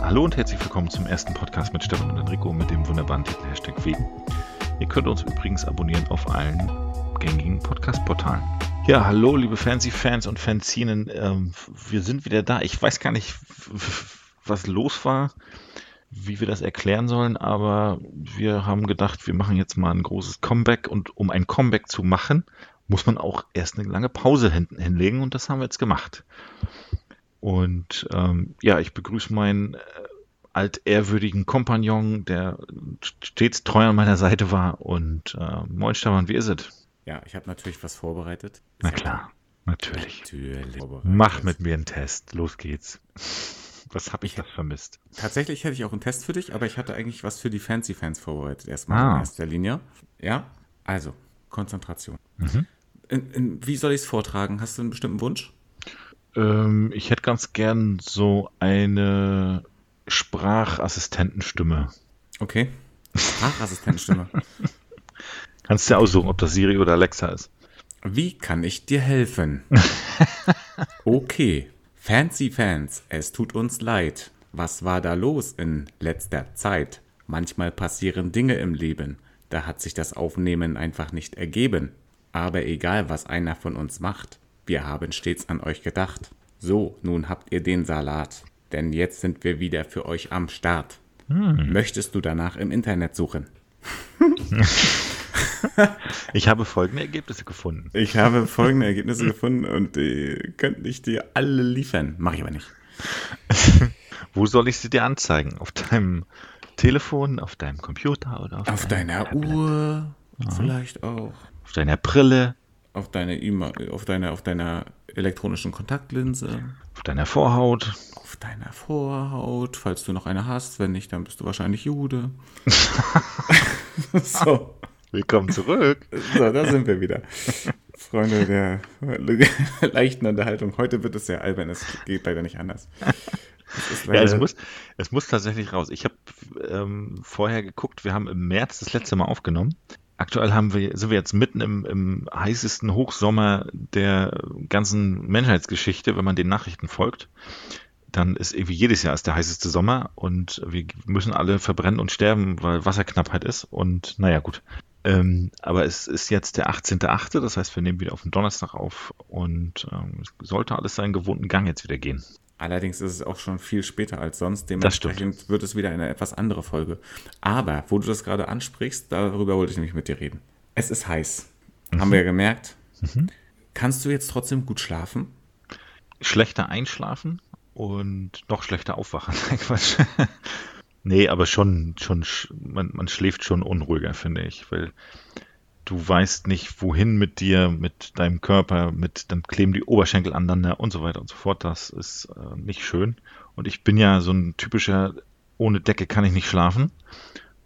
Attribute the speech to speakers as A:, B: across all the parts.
A: Hallo und herzlich willkommen zum ersten Podcast mit Stefan und Enrico mit dem wunderbaren Titel Hashtag Weg. Ihr könnt uns übrigens abonnieren auf allen gängigen Podcast-Portalen. Ja, hallo liebe Fancy-Fans und Fanzinen. Ähm, wir sind wieder da. Ich weiß gar nicht, was los war, wie wir das erklären sollen, aber wir haben gedacht, wir machen jetzt mal ein großes Comeback und um ein Comeback zu machen, muss man auch erst eine lange Pause hin hinlegen und das haben wir jetzt gemacht. Und ähm, ja, ich begrüße meinen äh, altehrwürdigen Kompagnon, der stets treu an meiner Seite war. Und äh, moin Stefan, wie ist es?
B: Ja, ich habe natürlich was vorbereitet.
A: Na klar, natürlich. natürlich. Mach mit mir einen Test. Los geht's. Was habe ich, ich das vermisst?
B: Tatsächlich hätte ich auch einen Test für dich, aber ich hatte eigentlich was für die Fancy-Fans vorbereitet. Erstmal ah. in erster Linie. Ja, also Konzentration. Mhm. In, in, wie soll ich es vortragen? Hast du einen bestimmten Wunsch?
A: Ähm, ich hätte ganz gern so eine Sprachassistentenstimme.
B: Okay. Sprachassistentenstimme.
A: Kannst dir aussuchen, ob das Siri oder Alexa ist.
B: Wie kann ich dir helfen? okay. Fancy Fans, es tut uns leid. Was war da los in letzter Zeit? Manchmal passieren Dinge im Leben. Da hat sich das Aufnehmen einfach nicht ergeben. Aber egal, was einer von uns macht, wir haben stets an euch gedacht. So, nun habt ihr den Salat. Denn jetzt sind wir wieder für euch am Start. Hm. Möchtest du danach im Internet suchen?
A: ich habe folgende Ergebnisse gefunden.
B: Ich habe folgende Ergebnisse gefunden und die könnte ich dir alle liefern. Mache ich aber nicht.
A: Wo soll ich sie dir anzeigen? Auf deinem Telefon, auf deinem Computer oder
B: auf, auf deiner Tablet? Uhr? Ja. Vielleicht auch.
A: Auf deiner Brille?
B: Auf, deine e auf, deine, auf deiner elektronischen Kontaktlinse?
A: Auf deiner Vorhaut?
B: Auf deiner Vorhaut, falls du noch eine hast. Wenn nicht, dann bist du wahrscheinlich Jude.
A: so. Willkommen zurück.
B: So, da sind wir wieder. Freunde der leichten Unterhaltung. Heute wird es sehr albern, es geht leider nicht anders.
A: Es ja,
B: Äh.
A: also es muss, es muss tatsächlich raus. Ich habe ähm, vorher geguckt, wir haben im März das letzte Mal aufgenommen. Aktuell haben wir, sind wir jetzt mitten im, im heißesten Hochsommer der ganzen Menschheitsgeschichte, wenn man den Nachrichten folgt dann ist irgendwie jedes Jahr ist der heißeste Sommer und wir müssen alle verbrennen und sterben, weil Wasserknappheit ist. Und naja, gut. Ähm, aber es ist jetzt der 18.8., das heißt, wir nehmen wieder auf den Donnerstag auf und ähm, sollte alles seinen gewohnten Gang jetzt wieder gehen.
B: Allerdings ist es auch schon viel später als sonst. Dementsprechend wird es wieder eine etwas andere Folge. Aber wo du das gerade ansprichst, darüber wollte ich nämlich mit dir reden. Es ist heiß. Mhm. Haben wir ja gemerkt. Mhm. Kannst du jetzt trotzdem gut schlafen?
A: Schlechter einschlafen, und noch schlechter aufwachen. Quatsch. nee, aber schon, schon man, man schläft schon unruhiger, finde ich, weil du weißt nicht, wohin mit dir, mit deinem Körper, mit dann kleben die Oberschenkel aneinander und so weiter und so fort. Das ist äh, nicht schön. Und ich bin ja so ein typischer, ohne Decke kann ich nicht schlafen.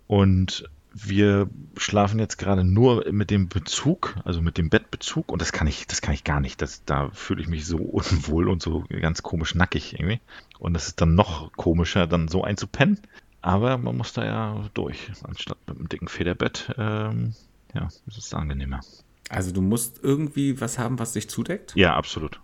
A: Und wir schlafen jetzt gerade nur mit dem Bezug, also mit dem Bettbezug und das kann ich, das kann ich gar nicht. Das, da fühle ich mich so unwohl und so ganz komisch nackig irgendwie. Und das ist dann noch komischer, dann so einzupennen. Aber man muss da ja durch. Anstatt mit einem dicken Federbett, ähm, ja, das ist angenehmer.
B: Also du musst irgendwie was haben, was dich zudeckt?
A: Ja, absolut.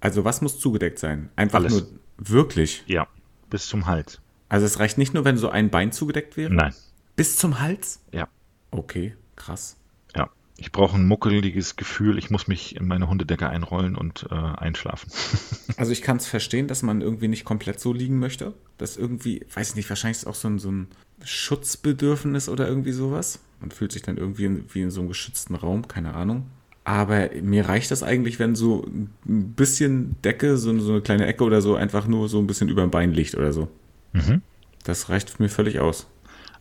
B: Also was muss zugedeckt sein? Einfach
A: Alles.
B: nur wirklich?
A: Ja, bis zum Hals.
B: Also es reicht nicht nur, wenn so ein Bein zugedeckt wäre?
A: Nein.
B: Bis zum Hals?
A: Ja.
B: Okay, krass.
A: Ja. Ich brauche ein muckeliges Gefühl, ich muss mich in meine Hundedecke einrollen und äh, einschlafen.
B: also ich kann es verstehen, dass man irgendwie nicht komplett so liegen möchte. Dass irgendwie, weiß nicht, wahrscheinlich ist auch so ein, so ein Schutzbedürfnis oder irgendwie sowas. Man fühlt sich dann irgendwie in, wie in so einem geschützten Raum, keine Ahnung. Aber mir reicht das eigentlich, wenn so ein bisschen Decke, so, so eine kleine Ecke oder so, einfach nur so ein bisschen über dem Bein liegt oder so. Mhm. Das reicht mir völlig aus.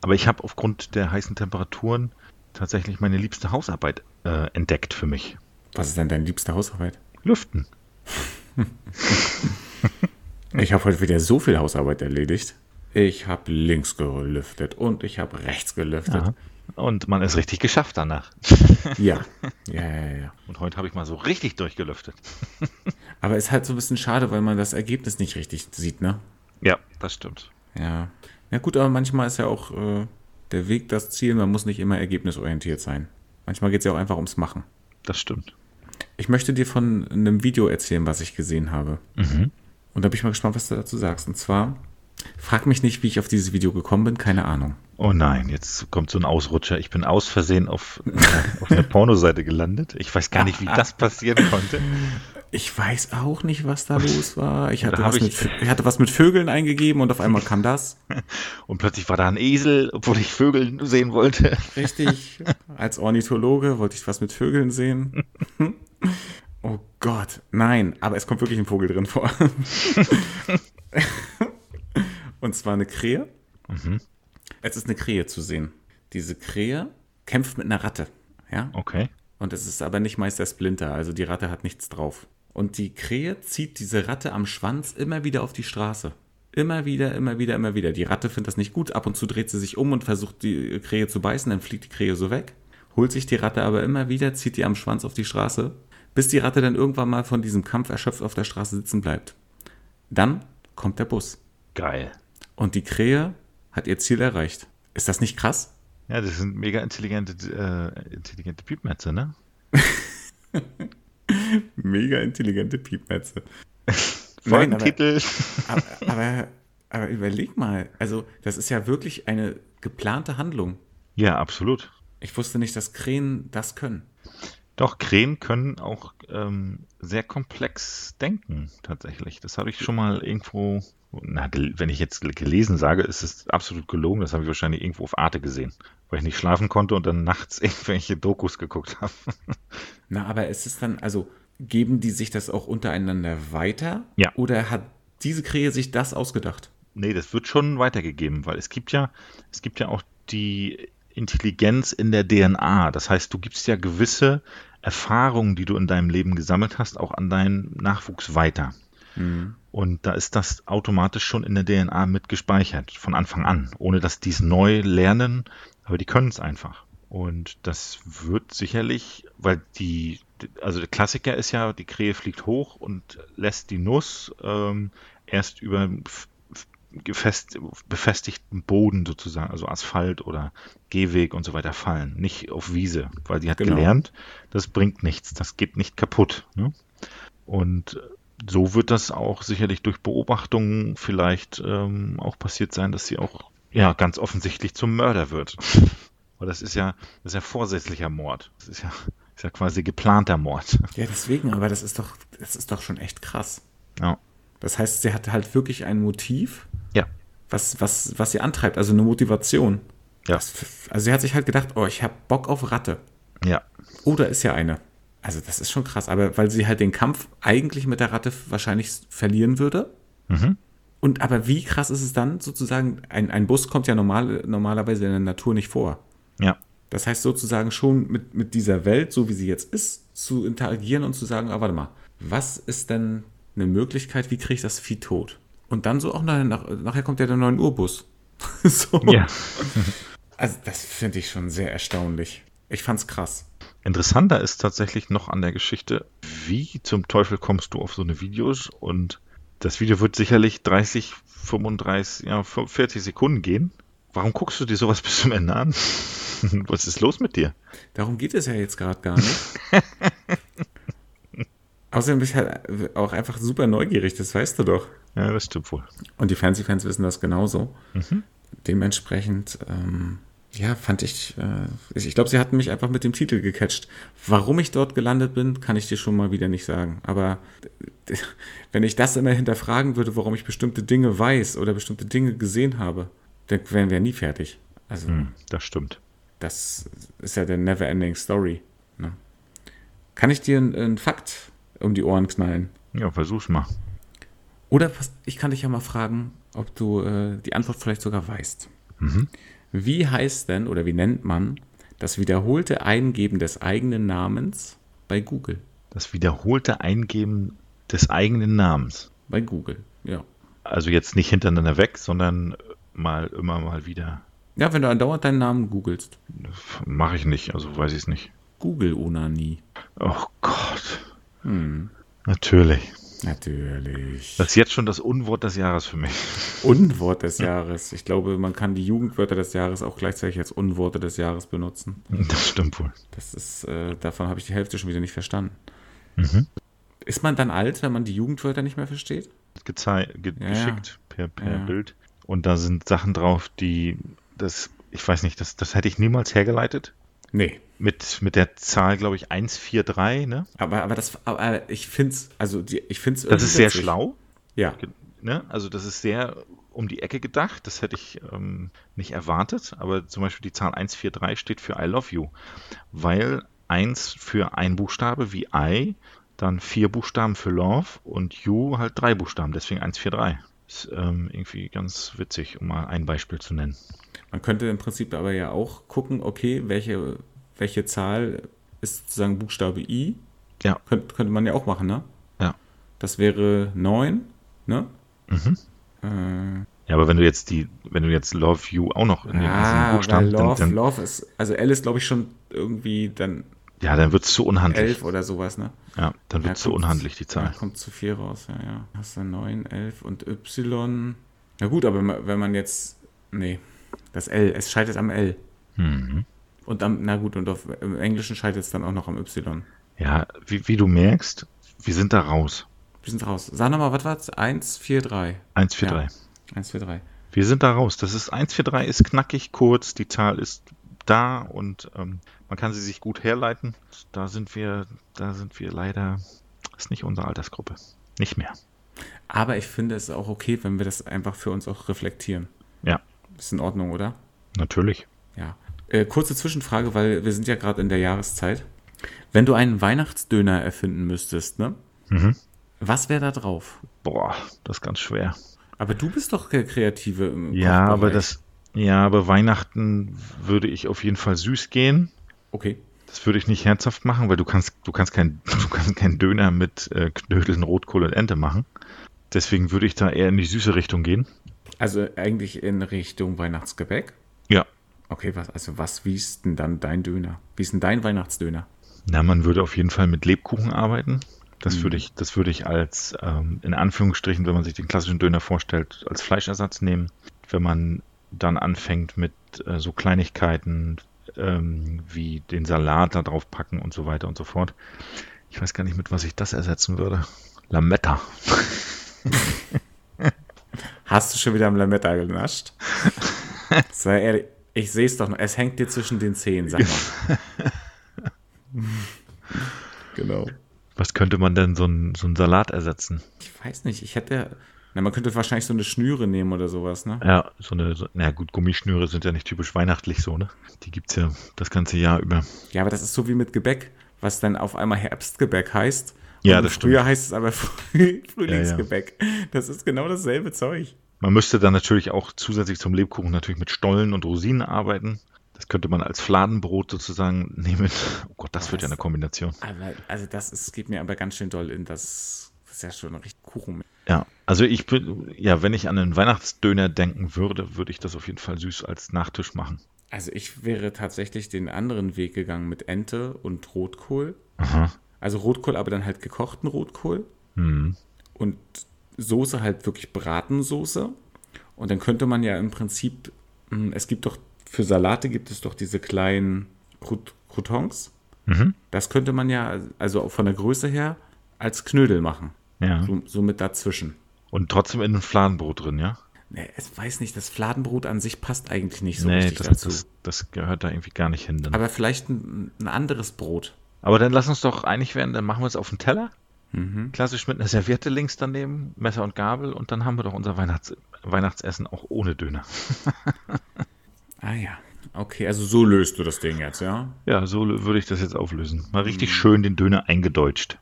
A: Aber ich habe aufgrund der heißen Temperaturen tatsächlich meine liebste Hausarbeit äh, entdeckt für mich.
B: Was ist denn deine liebste Hausarbeit?
A: Lüften.
B: ich habe heute wieder so viel Hausarbeit erledigt. Ich habe links gelüftet und ich habe rechts gelüftet. Ja.
A: Und man ist richtig geschafft danach.
B: ja. ja, ja, ja.
A: Und heute habe ich mal so richtig durchgelüftet.
B: Aber ist halt so ein bisschen schade, weil man das Ergebnis nicht richtig sieht, ne?
A: Ja, das stimmt.
B: Ja. Ja gut, aber manchmal ist ja auch äh, der Weg das Ziel. Man muss nicht immer ergebnisorientiert sein. Manchmal geht es ja auch einfach ums Machen.
A: Das stimmt.
B: Ich möchte dir von einem Video erzählen, was ich gesehen habe. Mhm. Und da bin ich mal gespannt, was du dazu sagst. Und zwar Frag mich nicht, wie ich auf dieses Video gekommen bin, keine Ahnung.
A: Oh nein, jetzt kommt so ein Ausrutscher. Ich bin aus Versehen auf, äh, auf eine Pornoseite gelandet. Ich weiß gar nicht, wie das passieren konnte.
B: Ich weiß auch nicht, was da los war. Ich hatte,
A: Da hab
B: was,
A: ich-
B: mit, Vö- ich hatte was mit Vögeln eingegeben und auf einmal kam das.
A: Und plötzlich war da ein Esel, obwohl ich Vögel sehen wollte.
B: Richtig. Als Ornithologe wollte ich was mit Vögeln sehen. Oh Gott, nein, aber es kommt wirklich ein Vogel drin vor. Und zwar eine Krähe. Es ist eine Krähe zu sehen. Diese Krähe kämpft mit einer Ratte. Ja,
A: Okay.
B: Und es ist aber nicht Meister Splinter, also die Ratte hat nichts drauf. Und die Krähe zieht diese Ratte am Schwanz immer wieder auf die Straße. Immer wieder, immer wieder, immer wieder. Die Ratte findet das nicht gut. Ab und zu dreht sie sich um und versucht die Krähe zu beißen, dann fliegt die Krähe so weg. Holt sich die Ratte aber immer wieder, zieht die am Schwanz auf die Straße, bis die Ratte dann irgendwann mal von diesem Kampf erschöpft auf der Straße sitzen bleibt. Dann kommt der Bus.
A: Geil.
B: Und die Krähe hat ihr Ziel erreicht. Ist das nicht krass?
A: Ja, das sind mega intelligente, äh, intelligente Piepmätze, ne?
B: Mega intelligente Piepmetze.
A: Folgentitel.
B: Aber, aber, aber überleg mal, also das ist ja wirklich eine geplante Handlung.
A: Ja, absolut.
B: Ich wusste nicht, dass Krähen das können.
A: Doch, Krähen können auch ähm, sehr komplex denken, tatsächlich. Das habe ich schon mal irgendwo, na, gel- wenn ich jetzt gelesen sage, ist es absolut gelogen. Das habe ich wahrscheinlich irgendwo auf Arte gesehen, weil ich nicht schlafen konnte und dann nachts irgendwelche Dokus geguckt habe.
B: Na, aber ist es dann, also geben die sich das auch untereinander weiter?
A: Ja.
B: Oder hat diese Krähe sich das ausgedacht?
A: Nee, das wird schon weitergegeben, weil es gibt ja, es gibt ja auch die Intelligenz in der DNA. Das heißt, du gibst ja gewisse Erfahrungen, die du in deinem Leben gesammelt hast, auch an deinen Nachwuchs weiter. Mhm. Und da ist das automatisch schon in der DNA mit gespeichert, von Anfang an, ohne dass die es neu lernen, aber die können es einfach. Und das wird sicherlich, weil die, also der Klassiker ist ja, die Krähe fliegt hoch und lässt die Nuss ähm, erst über f- f- gefest, befestigten Boden sozusagen, also Asphalt oder Gehweg und so weiter fallen, nicht auf Wiese, weil die hat
B: Genau.
A: gelernt, das bringt nichts, das geht nicht kaputt. Ne? Und so wird das auch sicherlich durch Beobachtungen vielleicht ähm, auch passiert sein, dass sie auch ja ganz offensichtlich zum Mörder wird. Weil das ist ja, das ist ja vorsätzlicher Mord. Das ist ja, ist ja quasi geplanter Mord.
B: Ja, deswegen, aber das ist doch, das ist doch schon echt krass.
A: Ja.
B: Das heißt, sie hat halt wirklich ein Motiv,
A: Ja.
B: was, was, was sie antreibt, also eine Motivation.
A: Ja.
B: Das- Also sie hat sich halt gedacht, oh, ich habe Bock auf Ratte.
A: Ja.
B: Oh, da ist ja eine. Also das ist schon krass, aber weil sie halt den Kampf eigentlich mit der Ratte wahrscheinlich verlieren würde.
A: Mhm.
B: Und aber wie krass ist es dann sozusagen, ein, ein Bus kommt ja normal, normalerweise in der Natur nicht vor.
A: Ja.
B: Das heißt sozusagen schon mit, mit dieser Welt, so wie sie jetzt ist, zu interagieren und zu sagen, ah, warte mal, was ist denn eine Möglichkeit, wie kriege ich das Vieh tot? Und dann so auch nach, nach, nachher kommt ja der 9 Uhr Bus. so.
A: Ja.
B: Also das finde ich schon sehr erstaunlich. Ich fand's krass.
A: Interessanter ist tatsächlich noch an der Geschichte, wie zum Teufel kommst du auf so eine Videos und das Video wird sicherlich 30, 35, ja, 40 Sekunden gehen. Warum guckst du dir sowas bis zum Ende an? Was ist los mit dir?
B: Darum geht es ja jetzt gerade gar nicht. Außerdem bin ich halt auch einfach super neugierig, das weißt du doch.
A: Ja, das stimmt wohl.
B: Und die Fancy-Fans wissen das genauso. Dementsprechend, ähm, ja, fand ich, äh, ich glaube, sie hatten mich einfach mit dem Titel gecatcht. Warum ich dort gelandet bin, kann ich dir schon mal wieder nicht sagen. Aber äh, wenn ich das immer hinterfragen würde, warum ich bestimmte Dinge weiß oder bestimmte Dinge gesehen habe, dann wären wir nie fertig. Also,
A: Das stimmt.
B: das ist ja der Never-Ending Story. Ne? Kann ich dir einen, einen Fakt um die Ohren knallen?
A: Ja, versuch's mal.
B: Oder pass- ich kann dich ja mal fragen, ob du äh, die Antwort vielleicht sogar weißt. Mhm. Wie heißt denn oder wie nennt man das wiederholte Eingeben des eigenen Namens bei Google?
A: Das wiederholte Eingeben des eigenen Namens.
B: Bei Google, ja.
A: Also jetzt nicht hintereinander weg, sondern mal immer mal wieder.
B: Ja, wenn du andauernd deinen Namen googelst.
A: Mache ich nicht, also weiß ich es nicht.
B: Google-Onanie.
A: Oh Gott. Natürlich.
B: Hm, Natürlich.
A: Das ist jetzt schon das Unwort des Jahres für mich.
B: Unwort des Jahres. Ich glaube, man kann die Jugendwörter des Jahres auch gleichzeitig als Unworte des Jahres benutzen.
A: Das stimmt wohl.
B: Das ist, äh, davon habe ich die Hälfte schon wieder nicht verstanden.
A: Mhm.
B: Ist man dann alt, wenn man die Jugendwörter nicht mehr versteht?
A: Gezei ge
B: Ja, ja.
A: geschickt per, per
B: Ja.
A: Bild. Und da sind Sachen drauf, die, das, ich weiß nicht, das, das hätte ich niemals hergeleitet.
B: Nee.
A: Mit, mit der Zahl, glaube ich, 143, ne?
B: Aber, aber das, aber ich find's, also die, ich find's
A: Das
B: irgendwie
A: ist sehr
B: witzig.
A: schlau.
B: Ja.
A: Ne? Also das ist sehr um die Ecke gedacht. Das hätte ich ähm, nicht erwartet. Aber zum Beispiel die Zahl 143 steht für I love you. Weil 1 für ein Buchstabe wie I, dann vier Buchstaben für Love und you halt drei Buchstaben. Deswegen 143. Ist ähm, irgendwie ganz witzig, um mal ein Beispiel zu nennen.
B: Man könnte im Prinzip aber ja auch gucken, okay, welche, welche Zahl ist sozusagen Buchstabe I?
A: Ja.
B: Könnt, könnte man ja auch machen, ne?
A: Ja.
B: Das wäre 9, ne?
A: Mhm.
B: Äh,
A: Ja, aber wenn du jetzt die, wenn du jetzt Love You auch noch in den einzelnen
B: ah, weil
A: Buchstaben,
B: Love,
A: dann, dann,
B: Love ist, also L ist glaube ich schon irgendwie dann
A: ja, dann wird's zu unhandlich.
B: 11 oder sowas, ne?
A: Ja, dann
B: Ja,
A: wird's zu
B: kommt-
A: unhandlich, die
B: Ja,
A: Zahl.
B: kommt zu viel raus, ja, ja. Hast du 9, 11 und Y. Na gut, aber ma- wenn man jetzt. Nee, das L, es scheitert am L.
A: Mhm.
B: Und am, na gut, und auf, im Englischen scheitert es dann auch noch am Y.
A: Ja, wie, wie du merkst, wir sind da raus.
B: Wir sind raus. Sag nochmal, was war's? 1, 4, 3.
A: 143.
B: 1, 4, 3.
A: Wir sind da raus. Das ist 143 ist knackig kurz, die Zahl ist da und ähm, man kann sie sich gut herleiten. Da sind wir, da sind wir leider, ist nicht unsere Altersgruppe. Nicht mehr.
B: Aber ich finde es auch okay, wenn wir das einfach für uns auch reflektieren.
A: Ja,
B: Ist in Ordnung, oder?
A: natürlich.
B: Ja. Äh, kurze Zwischenfrage, weil wir sind ja gerade in der Jahreszeit. Wenn du einen Weihnachtsdöner erfinden müsstest, ne?
A: Mhm.
B: Was wäre da drauf?
A: Boah, das ist ganz schwer.
B: Aber du bist doch der Kreative im
A: Ja, aber
B: Kochbereich.
A: das, ja, aber Weihnachten würde ich auf jeden Fall süß gehen.
B: Okay.
A: Das würde ich nicht herzhaft machen, weil du kannst, du kannst keinen du kannst keinen Döner mit äh, Knödeln, Rotkohl und Ente machen. Deswegen würde ich da eher in die süße Richtung gehen.
B: Also eigentlich in Richtung Weihnachtsgebäck.
A: Ja.
B: Okay, was, also was, wie ist denn dann dein Döner? Wie ist denn dein Weihnachtsdöner?
A: Na, man würde auf jeden Fall mit Lebkuchen arbeiten. Das würde ich, das würde ich als, ähm, in Anführungsstrichen, wenn man sich den klassischen Döner vorstellt, als Fleischersatz nehmen. Wenn man dann anfängt mit äh, so Kleinigkeiten ähm, wie den Salat da drauf packen und so weiter und so fort. Ich weiß gar nicht, mit was ich das ersetzen würde. Lametta.
B: Hast du schon wieder am Lametta genascht? Sei ehrlich, ich sehe es doch noch. Es hängt dir zwischen den Zähnen, sag mal. genau.
A: Was könnte man denn so einen so einen Salat ersetzen?
B: Ich weiß nicht, ich hätte. Na, man könnte wahrscheinlich so eine Schnüre nehmen oder sowas, ne?
A: Ja, so eine, so, na gut, Gummischnüre sind ja nicht typisch weihnachtlich so, ne? Die gibt's ja das ganze Jahr über.
B: Ja, aber das ist so wie mit Gebäck, was dann auf einmal Herbstgebäck heißt.
A: Ja,
B: Und
A: das
B: Früher heißt es aber Früh Frühlingsgebäck. Das ist genau dasselbe Zeug.
A: Man müsste dann natürlich auch zusätzlich zum Lebkuchen natürlich mit Stollen und Rosinen arbeiten. Das könnte man als Fladenbrot sozusagen nehmen. Oh Gott, das wird ja eine Kombination.
B: Aber, also das ist, geht mir aber ganz schön doll in das. Das ist ja schon richtig Kuchen.
A: Ja, also ich bin, ja, wenn ich an einen Weihnachtsdöner denken würde, würde ich das auf jeden Fall süß als Nachtisch machen.
B: Also ich wäre tatsächlich den anderen Weg gegangen mit Ente und Rotkohl.
A: Aha.
B: Also Rotkohl, aber dann halt gekochten Rotkohl.
A: Hm.
B: Und Soße halt wirklich Bratensoße. Und dann könnte man ja im Prinzip, mh, es gibt doch, für Salate gibt es doch diese kleinen Crout- Croutons.
A: Mhm.
B: Das könnte man ja, also auch von der Größe her, als Knödel machen.
A: Ja.
B: So, so mit dazwischen.
A: Und trotzdem in ein Fladenbrot drin, ja?
B: Nee, ich weiß nicht, das Fladenbrot an sich passt eigentlich nicht so
A: nee,
B: richtig
A: das,
B: dazu.
A: das, das gehört da irgendwie gar nicht hin. Dann.
B: Aber vielleicht ein, ein anderes Brot.
A: Aber dann lass uns doch einig werden, dann machen wir es auf den Teller.
B: Mhm.
A: Klassisch mit einer Serviette links daneben, Messer und Gabel und dann haben wir doch unser Weihnachts Weihnachtsessen auch ohne Döner.
B: Ah ja. Okay, also so löst du das Ding jetzt, ja?
A: Ja, so lö- würde ich das jetzt auflösen. Mal richtig schön den Döner eingedeutscht.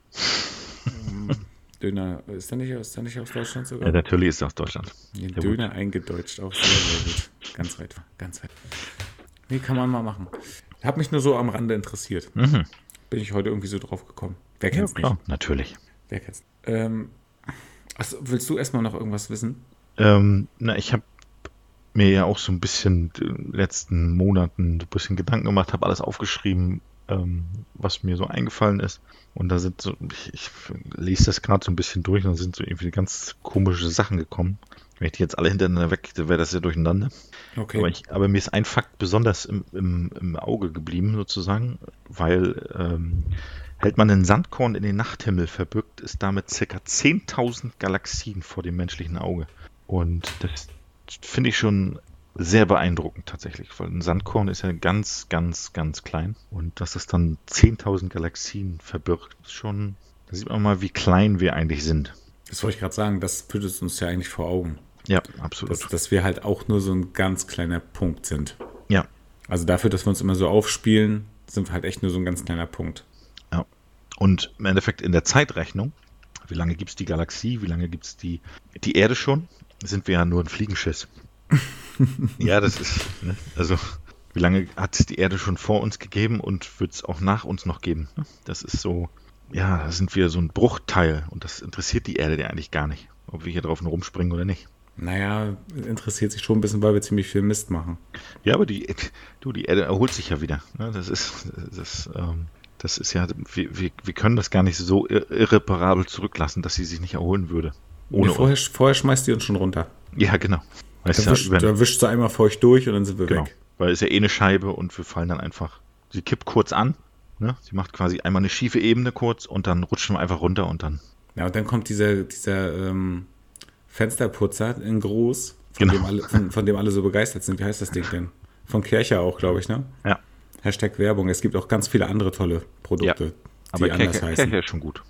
B: Döner, ist der nicht, ist der nicht aus Deutschland sogar?
A: Ja, natürlich ist das Deutschland.
B: Den
A: gut.
B: Döner eingedeutscht, auch sehr, sehr gut. Ganz weit, ganz weit. Nee, kann man mal machen. Hat mich nur so am Rande interessiert. Bin ich heute irgendwie so drauf gekommen. Wer
A: Mhm. Ja,
B: kennt's
A: klar,
B: nicht?
A: natürlich.
B: Wer kennt's nicht? Ähm, achso, willst du erstmal noch irgendwas wissen?
A: Ähm, na, ich habe mir ja auch so ein bisschen in den letzten Monaten so ein bisschen Gedanken gemacht, habe alles aufgeschrieben, ähm, was mir so eingefallen ist. Und da sind so, ich, ich lese das gerade so ein bisschen durch und da sind so irgendwie ganz komische Sachen gekommen. Wenn ich die jetzt alle hintereinander weg, wäre das ja durcheinander.
B: Okay.
A: Aber, ich, aber mir ist ein Fakt besonders im, im, im Auge geblieben, sozusagen, weil ähm, hält man ein Sandkorn in den Nachthimmel verbirgt, ist damit circa 10.000 Galaxien vor dem menschlichen Auge. Und das finde ich schon sehr beeindruckend tatsächlich, weil ein Sandkorn ist ja ganz, ganz, ganz klein. Und dass es dann 10.000 Galaxien verbirgt, ist schon, da sieht man mal, wie klein wir eigentlich sind.
B: Das wollte ich gerade sagen, das führt es uns ja eigentlich vor Augen.
A: Ja, absolut.
B: Dass, dass wir halt auch nur so ein ganz kleiner Punkt sind.
A: Ja,
B: Also dafür, dass wir uns immer so aufspielen, sind wir halt echt nur so ein ganz kleiner Punkt.
A: ja. Und im Endeffekt in der Zeitrechnung, wie lange gibt es die Galaxie, wie lange gibt es die, die Erde schon, sind wir ja nur ein Fliegenschiss. ja, das ist, ne? also wie lange hat es die Erde schon vor uns gegeben und wird es auch nach uns noch geben? Ne? Das ist so, ja, da sind wir so ein Bruchteil und das interessiert die Erde ja eigentlich gar nicht, ob wir hier drauf nur rumspringen oder nicht.
B: Naja, interessiert sich schon ein bisschen, weil wir ziemlich viel Mist machen.
A: Ja, aber die, du, die Erde erholt sich ja wieder. Ne? Das ist, das, ähm, das ist ja, wir, wir, wir können das gar nicht so ir- irreparabel zurücklassen, dass sie sich nicht erholen würde. Ohne
B: Nee, vorher, vorher schmeißt die uns schon runter.
A: uns. Ja, genau. Weil es
B: Da
A: ja
B: wischt,
A: über,
B: da wischt sie einmal feucht durch und dann sind wir
A: genau.
B: weg.
A: Weil es ist ja eh eine Scheibe und wir fallen dann einfach. Sie kippt kurz an. Ne? Sie macht quasi einmal eine schiefe Ebene kurz und dann rutschen wir einfach runter und dann.
B: Ja, und dann kommt dieser, dieser ähm, Fensterputzer in groß, von,
A: Genau.
B: dem alle, von, von dem alle so begeistert sind. Wie heißt das Ding denn? Von Kircher auch, glaube ich, ne?
A: Ja,
B: Hashtag Werbung. Es gibt auch ganz viele andere tolle Produkte,
A: Ja,
B: die
A: aber
B: anders
A: Kercher
B: heißen.
A: Kercher ist schon gut.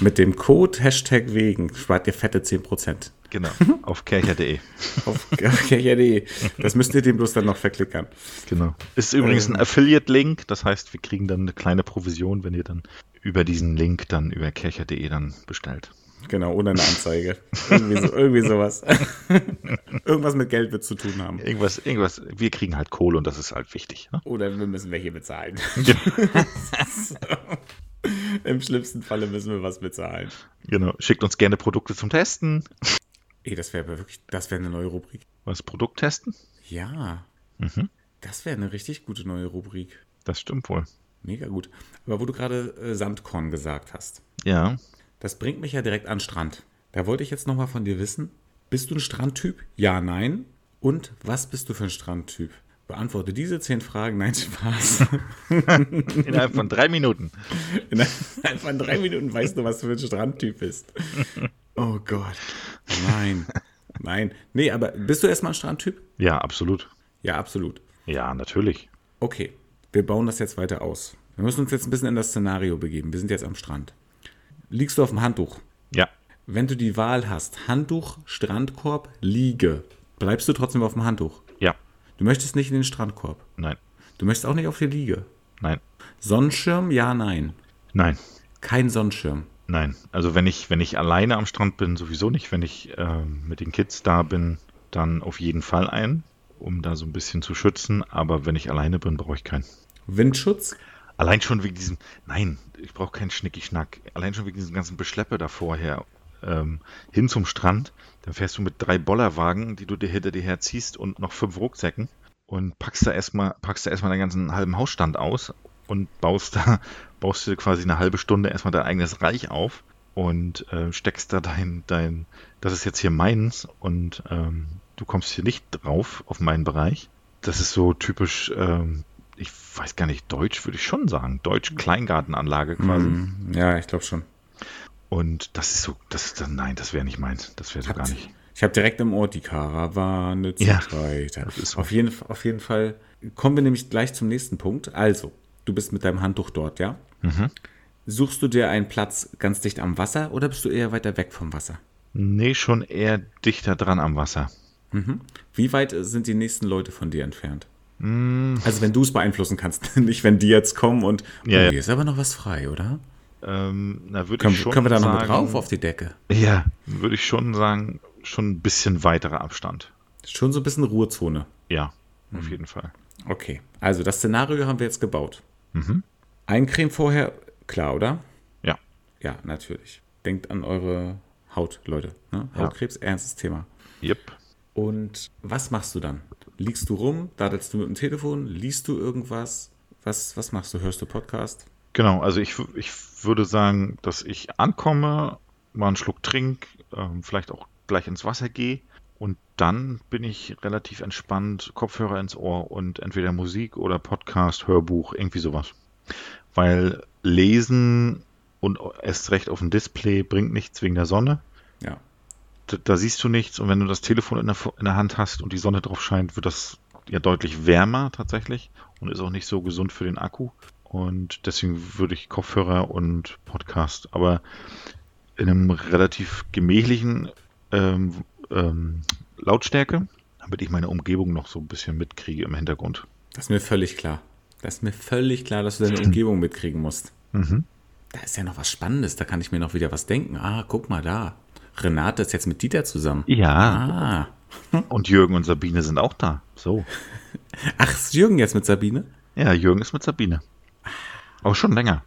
B: Mit dem Code Hashtag wegen spart ihr fette 10%.
A: Genau. Auf kercher.de.
B: Auf Kircher.de. Das müsst ihr dem bloß dann noch verklickern.
A: Genau. Ist übrigens ein
B: Ähm.
A: Affiliate-Link, das heißt, wir kriegen dann eine kleine Provision, wenn ihr dann über diesen Link dann über kercher.de dann bestellt.
B: Genau, ohne eine Anzeige. Irgendwie, so, irgendwie sowas. Irgendwas mit Geld wird zu tun haben.
A: Irgendwas, irgendwas, wir kriegen halt Kohle und das ist halt wichtig. Ne?
B: Oder wir müssen welche bezahlen. Im schlimmsten Falle müssen wir was bezahlen.
A: Genau. Schickt uns gerne Produkte zum Testen.
B: Ey, das wäre wirklich, das wäre eine neue Rubrik.
A: Was Produkt testen?
B: Ja,
A: Mhm.
B: das wäre eine richtig gute neue Rubrik.
A: Das stimmt wohl.
B: Mega gut. Aber wo du gerade äh, Sandkorn gesagt hast,
A: Ja.
B: das bringt mich ja direkt an den Strand. Da wollte ich jetzt nochmal von dir wissen, bist du ein Strandtyp? Ja, nein. Und was bist du für ein Strandtyp? Beantworte diese zehn Fragen. Nein, Spaß.
A: Innerhalb von drei Minuten.
B: Innerhalb von drei Minuten weißt du, was du für ein Strandtyp bist. Oh Gott. Nein. Nein. Nee, aber bist du erstmal ein Strandtyp?
A: Ja, absolut.
B: Ja, absolut.
A: Ja, natürlich.
B: Okay, wir bauen das jetzt weiter aus. Wir müssen uns jetzt ein bisschen in das Szenario begeben. Wir sind jetzt am Strand. Liegst du auf dem Handtuch?
A: Ja.
B: Wenn du die Wahl hast, Handtuch, Strandkorb, Liege, bleibst du trotzdem auf dem Handtuch.
A: Ja.
B: Du möchtest nicht in den Strandkorb.
A: Nein.
B: Du möchtest auch nicht auf die Liege.
A: Nein.
B: Sonnenschirm, ja, nein.
A: Nein.
B: Kein Sonnenschirm.
A: Nein. Also wenn ich, wenn ich alleine am Strand bin, sowieso nicht. Wenn ich ähm, mit den Kids da bin, dann auf jeden Fall einen, um da so ein bisschen zu schützen. Aber wenn ich alleine bin, brauche ich keinen.
B: Windschutz?
A: Allein schon wegen diesem, nein, ich brauche keinen Schnicki-Schnack. Allein schon wegen diesem ganzen Beschleppe da vorher ähm, hin zum Strand. Dann fährst du mit drei Bollerwagen, die du dir hinter dir herziehst und noch fünf Rucksäcken und packst da erstmal, packst da erstmal deinen ganzen halben Hausstand aus und baust da, baust dir quasi eine halbe Stunde erstmal dein eigenes Reich auf und äh, steckst da dein, dein, das ist jetzt hier meins und ähm, du kommst hier nicht drauf auf meinen Bereich. Das ist so typisch, ähm, ich weiß gar nicht, Deutsch würde ich schon sagen. Deutsch Kleingartenanlage quasi.
B: Hm, Ja, ich glaube schon.
A: Und das ist so, das ist dann, nein, das wäre nicht meins. Das wäre so gar nicht.
B: Ich habe direkt im Ort die Karawane zu
A: Ja,
B: zweit.
A: ist so.
B: Auf jeden, auf jeden Fall kommen wir nämlich gleich zum nächsten Punkt. Also, du bist mit deinem Handtuch dort, ja? Suchst du dir einen Platz ganz dicht am Wasser oder bist du eher weiter weg vom Wasser?
A: Nee, schon eher dichter dran am Wasser.
B: Wie weit sind die nächsten Leute von dir entfernt? Also, wenn du es beeinflussen kannst, nicht wenn die jetzt kommen und
A: Hm. Ja,
B: oh,
A: ja.
B: hier ist aber noch was frei, oder?
A: Ähm, na, würde
B: Können,
A: ich schon
B: können wir da noch
A: sagen,
B: mit drauf auf die Decke?
A: Ja, würde ich schon sagen, schon ein bisschen weiterer Abstand.
B: Schon so ein bisschen Ruhezone.
A: Ja, auf jeden Fall.
B: Okay, also das Szenario haben wir jetzt gebaut.
A: Mhm.
B: Eincreme vorher, klar, oder?
A: Ja,
B: Ja, natürlich. Denkt an eure Haut, Leute. Ne? Hautkrebs, ernstes Thema.
A: yep.
B: Und was machst du dann? Liegst du rum, dadelst du mit dem Telefon, liest du irgendwas? Was, was machst du? Hörst du Podcast?
A: Genau, also ich, w- ich würde sagen, dass ich ankomme, mal einen Schluck trink, ähm, vielleicht auch gleich ins Wasser gehe und dann bin ich relativ entspannt, Kopfhörer ins Ohr und entweder Musik oder Podcast, Hörbuch, irgendwie sowas. Weil lesen und erst recht auf dem Display bringt nichts wegen der Sonne.
B: Ja.
A: da, da siehst du nichts und wenn du das Telefon in der, in der Hand hast und die Sonne drauf scheint, wird das ja deutlich wärmer tatsächlich und ist auch nicht so gesund für den Akku. Und deswegen würde ich Kopfhörer und Podcast, aber in einem relativ gemächlichen ähm, ähm, Lautstärke, damit ich meine Umgebung noch so ein bisschen mitkriege im Hintergrund.
B: Das ist mir völlig klar. Das ist mir völlig klar, dass du deine Umgebung mitkriegen musst.
A: Mhm.
B: Da ist ja noch was Spannendes, da kann ich mir noch wieder was denken. Ah, guck mal da. Renate ist jetzt mit Dieter zusammen.
A: Ja,
B: Ah.
A: und Jürgen und Sabine sind auch da. So.
B: Ach, ist Jürgen jetzt mit Sabine?
A: Ja, Jürgen ist mit Sabine. Aber schon länger.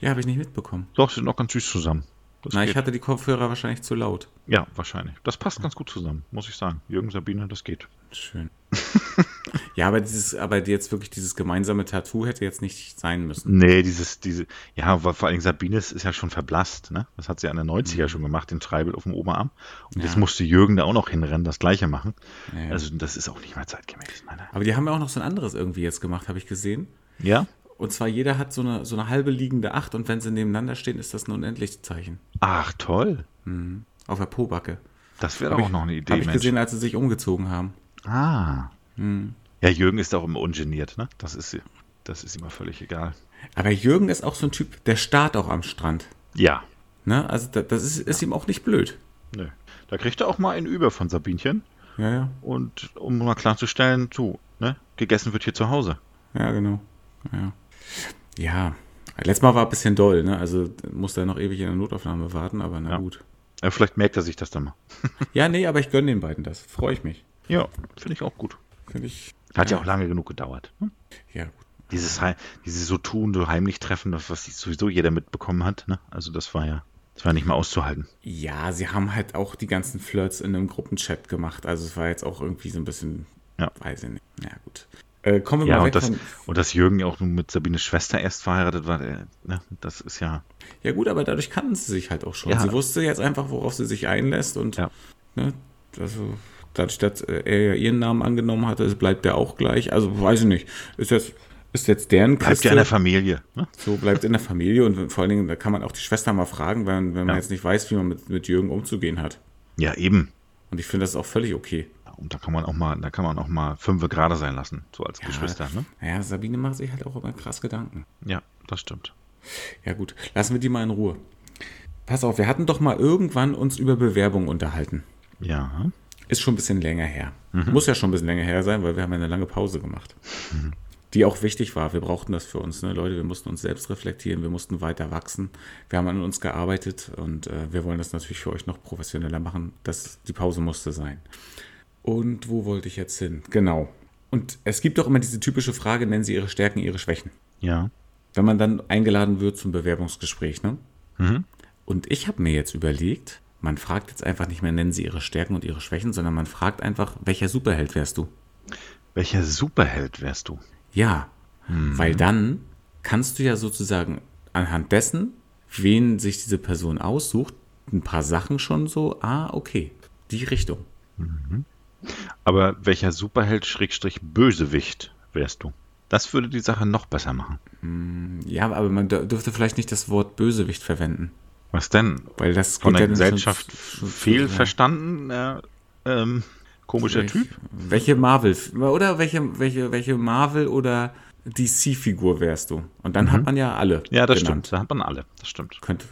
B: Ja, habe ich nicht mitbekommen.
A: Doch, sie sind auch ganz süß zusammen. Das
B: Na,
A: geht.
B: ich hatte die Kopfhörer wahrscheinlich zu laut.
A: ja, wahrscheinlich. Das passt ganz gut zusammen, muss ich sagen. Jürgen, Sabine, das geht.
B: Schön. ja, aber dieses, aber jetzt wirklich dieses gemeinsame Tattoo hätte jetzt nicht sein müssen.
A: Nee, dieses, diese, ja, weil vor allen Dingen Sabine ist, ist ja schon verblasst, ne? Das hat sie an der 90er schon gemacht, den Treibel auf dem Oberarm. Und jetzt musste Jürgen da auch noch hinrennen, das Gleiche machen.
B: Ja.
A: Also, das ist auch nicht mehr zeitgemäß, meine.
B: Aber die haben ja auch noch so ein anderes irgendwie jetzt gemacht, habe ich gesehen.
A: Ja?
B: Und zwar jeder hat so eine, so eine halbe liegende Acht und wenn sie nebeneinander stehen, ist das ein unendliches Zeichen.
A: Ach, toll.
B: Auf der Pobacke.
A: Das wäre
B: Hab
A: auch
B: ich-
A: noch eine Idee,
B: Habe ich gesehen, als sie sich umgezogen haben.
A: Ah. Ja, Jürgen ist auch immer ungeniert, ne? Das ist, das ist ihm auch völlig egal.
B: Aber Jürgen ist auch so ein Typ, der starrt auch am Strand.
A: Ja.
B: Ne? Also da, das ist, ist ihm auch nicht blöd.
A: Nö. Da kriegt er auch mal einen über von Sabinchen.
B: Ja, ja.
A: Und um mal klarzustellen, du, ne? Gegessen wird hier zu Hause.
B: Ja, genau. Ja. ja. Letztes Mal war ein bisschen doll, ne? Also musste er noch ewig in der Notaufnahme warten, aber na
A: Ja.
B: gut.
A: Ja, Äh, vielleicht merkt er sich das dann mal.
B: Ja, nee, aber ich gönne den beiden das. Freue ich mich.
A: Ja, finde ich auch gut.
B: Finde ich.
A: Hat ja auch lange genug gedauert. Ne?
B: Ja, gut.
A: Dieses, Hei- dieses so tun, so heimlich treffen, das, was sowieso jeder mitbekommen hat. Ne? Also das war ja, das war nicht mal auszuhalten.
B: Ja, sie haben halt auch die ganzen Flirts in einem Gruppenchat gemacht. Also es war jetzt auch irgendwie so ein bisschen,
A: Ja.
B: weiß ich nicht. Ja, gut. Äh, kommen wir
A: Ja,
B: mal
A: und
B: weg
A: das,
B: von.
A: und dass Jürgen ja auch nur mit Sabines Schwester erst verheiratet war, äh, ne? das ist ja,
B: Ja, gut, aber dadurch kannten sie sich halt auch schon.
A: Ja.
B: Sie wusste jetzt einfach, worauf sie sich einlässt und
A: Ja.
B: ne, also dadurch, dass äh, er ja ihren Namen angenommen hatte, es bleibt der auch gleich. Also weiß ich nicht. Ist jetzt, ist jetzt deren
A: bleibt
B: Kiste.
A: ja in der Familie. Ne?
B: so bleibt in der Familie und vor allen Dingen, da kann man auch die Schwester mal fragen, wenn, wenn
A: Ja.
B: man jetzt nicht weiß, wie man mit, mit Jürgen umzugehen hat.
A: Ja, eben.
B: Und ich finde das auch völlig okay.
A: Und da kann man auch mal, da kann man auch mal fünfe gerade sein lassen, so als Geschwister. Ne?
B: Naja, Sabine macht sich halt auch immer krass Gedanken.
A: Ja, das stimmt.
B: Ja gut, lassen wir die mal in Ruhe. Pass auf, wir hatten doch mal irgendwann uns über Bewerbung unterhalten.
A: Ja.
B: Ist schon ein bisschen länger her. Muss ja schon ein bisschen länger her sein, weil wir haben ja eine lange Pause gemacht. Die auch wichtig war. Wir brauchten das für uns. Ne? Leute, wir mussten uns selbst reflektieren, wir mussten weiter wachsen. Wir haben an uns gearbeitet und äh, wir wollen das natürlich für euch noch professioneller machen. Das, die Pause musste sein. Und wo wollte ich jetzt hin? Genau. Und es gibt doch immer diese typische Frage, nennen Sie Ihre Stärken, Ihre Schwächen
A: Ja.
B: wenn man dann eingeladen wird zum Bewerbungsgespräch, ne?
A: Mhm.
B: Und ich habe mir jetzt überlegt, man fragt jetzt einfach nicht mehr, nennen Sie Ihre Stärken und Ihre Schwächen, sondern man fragt einfach, welcher Superheld wärst du?
A: Welcher Superheld wärst du?
B: Ja,
A: Mhm.
B: weil dann kannst du ja sozusagen anhand dessen, wen sich diese Person aussucht, ein paar Sachen schon so, ah, okay, die Richtung.
A: Aber welcher Superheld Schrägstrich Bösewicht wärst du? Das würde die Sache noch besser machen.
B: Ja, aber man dür- dürfte vielleicht nicht das Wort Bösewicht verwenden,
A: Was denn?
B: weil das
A: Von
B: geht
A: der
B: ja dann schon- ne?
A: Gesellschaft
B: schon-
A: fehlverstanden? Äh, ähm, komischer
B: Welch-
A: Typ?
B: Welche Marvel oder welche welche welche Marvel oder DC Figur wärst du? Und dann hat man ja alle.
A: Mhm. Ja, das
B: genannt.
A: stimmt. Da hat man alle. Das stimmt.
B: Könnte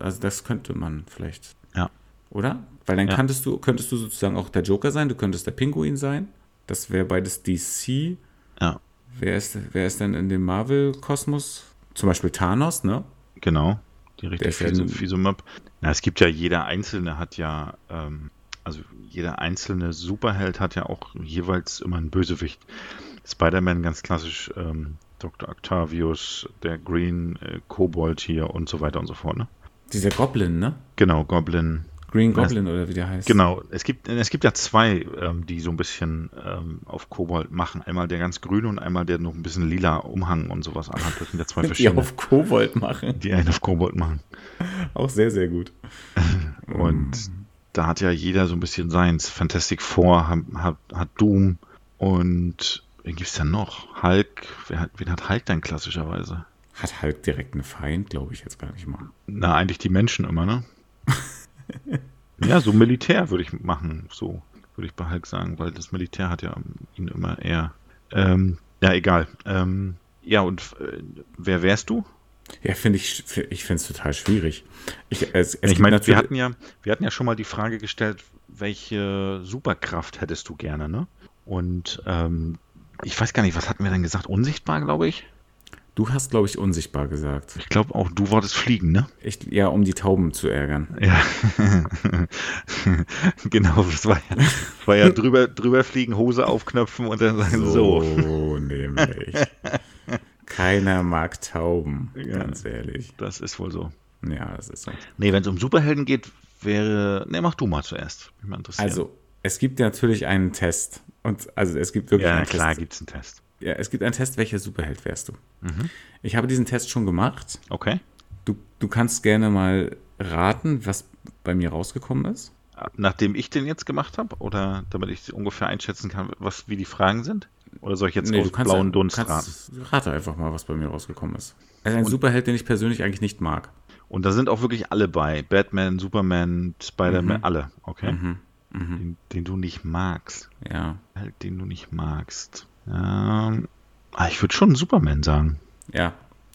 B: also das könnte man vielleicht,
A: Ja.
B: oder? Weil dann
A: Ja.
B: könntest du könntest du sozusagen auch der Joker sein, du könntest der Pinguin sein. Das wäre beides DC.
A: Ja.
B: Wer ist wer ist denn in dem Marvel Kosmos? Zum Beispiel Thanos, ne?
A: Genau, die
B: Der
A: richtig
B: ist ja
A: fiese,
B: ein-
A: fiese Map. Na, es gibt ja jeder Einzelne hat ja, ähm, also jeder einzelne Superheld hat ja auch jeweils immer einen Bösewicht. Spider-Man ganz klassisch, ähm, Dr. Octavius, der Green äh, Kobold hier und so weiter und so fort. Ne?
B: Dieser Goblin, ne?
A: Genau, Goblin.
B: Green Goblin oder wie der heißt.
A: Genau, es gibt, es gibt ja zwei, ähm, die so ein bisschen ähm, auf Kobold machen. Einmal der ganz grüne und einmal der noch ein bisschen lila Umhang und sowas anhat. Das sind ja zwei
B: Die
A: verschiedene,
B: auf Kobold machen.
A: die einen auf Kobold machen.
B: Auch sehr, sehr gut.
A: Und da hat ja jeder so ein bisschen seins. Fantastic Four hat, hat, hat Doom und wen gibt's denn noch? Hulk, wer hat, wen hat Hulk denn klassischerweise?
B: Hat halt Hulk direkt einen Feind, glaube ich jetzt gar nicht mal.
A: Na, eigentlich die Menschen immer, ne? Ja, so Militär würde ich machen, so würde ich bei Hulk sagen, weil das Militär hat ja ihn immer eher. Ähm, ja, egal. Ähm, ja, und äh, wer wärst du?
B: Ja, finde ich, ich finde es total schwierig. Ich, es, es
A: Ich
B: gibt
A: meine, wir
B: natürlich-
A: hatten ja, wir hatten ja schon mal die Frage gestellt, welche Superkraft hättest du gerne, ne? Und ähm, ich weiß gar nicht, was hatten wir denn gesagt? Unsichtbar, glaube ich.
B: du hast, glaube ich, unsichtbar gesagt.
A: Ich glaube auch, du wolltest fliegen, ne?
B: Ich, ja, um die Tauben zu ärgern.
A: Ja. genau, das war ja, das war ja drüber, drüber fliegen, Hose aufknöpfen und dann sagen so.
B: so nämlich. Keiner mag Tauben,
A: Ja.
B: ganz ehrlich.
A: Das ist wohl so.
B: Ja, das ist so.
A: Nee, wenn es um Superhelden geht, wäre. Ne, mach du mal zuerst. Mich mal interessiert.
B: Also, es gibt natürlich einen Test. Und also es gibt wirklich
A: ja,
B: einen
A: klar
B: Test.
A: gibt's einen Test.
B: Ja, es gibt einen Test, welcher Superheld wärst du.
A: Mhm.
B: Ich habe diesen Test schon gemacht.
A: Okay.
B: Du, du kannst gerne mal raten, was bei mir rausgekommen ist.
A: Nachdem ich den jetzt gemacht habe, oder damit ich ungefähr einschätzen kann, was wie die Fragen sind? Oder soll ich jetzt aus blauen Dunst raten?
B: kannst, Rate einfach mal, was bei mir rausgekommen ist. Also ein Superheld, den ich persönlich eigentlich nicht mag.
A: Und da sind auch wirklich alle bei. Batman, Superman, Spider-Man, alle. Okay.
B: Mhm.
A: Den, den du nicht magst.
B: Ja,
A: Halt, den du nicht magst. Ähm, ah, ich würde schon Superman sagen.
B: ja.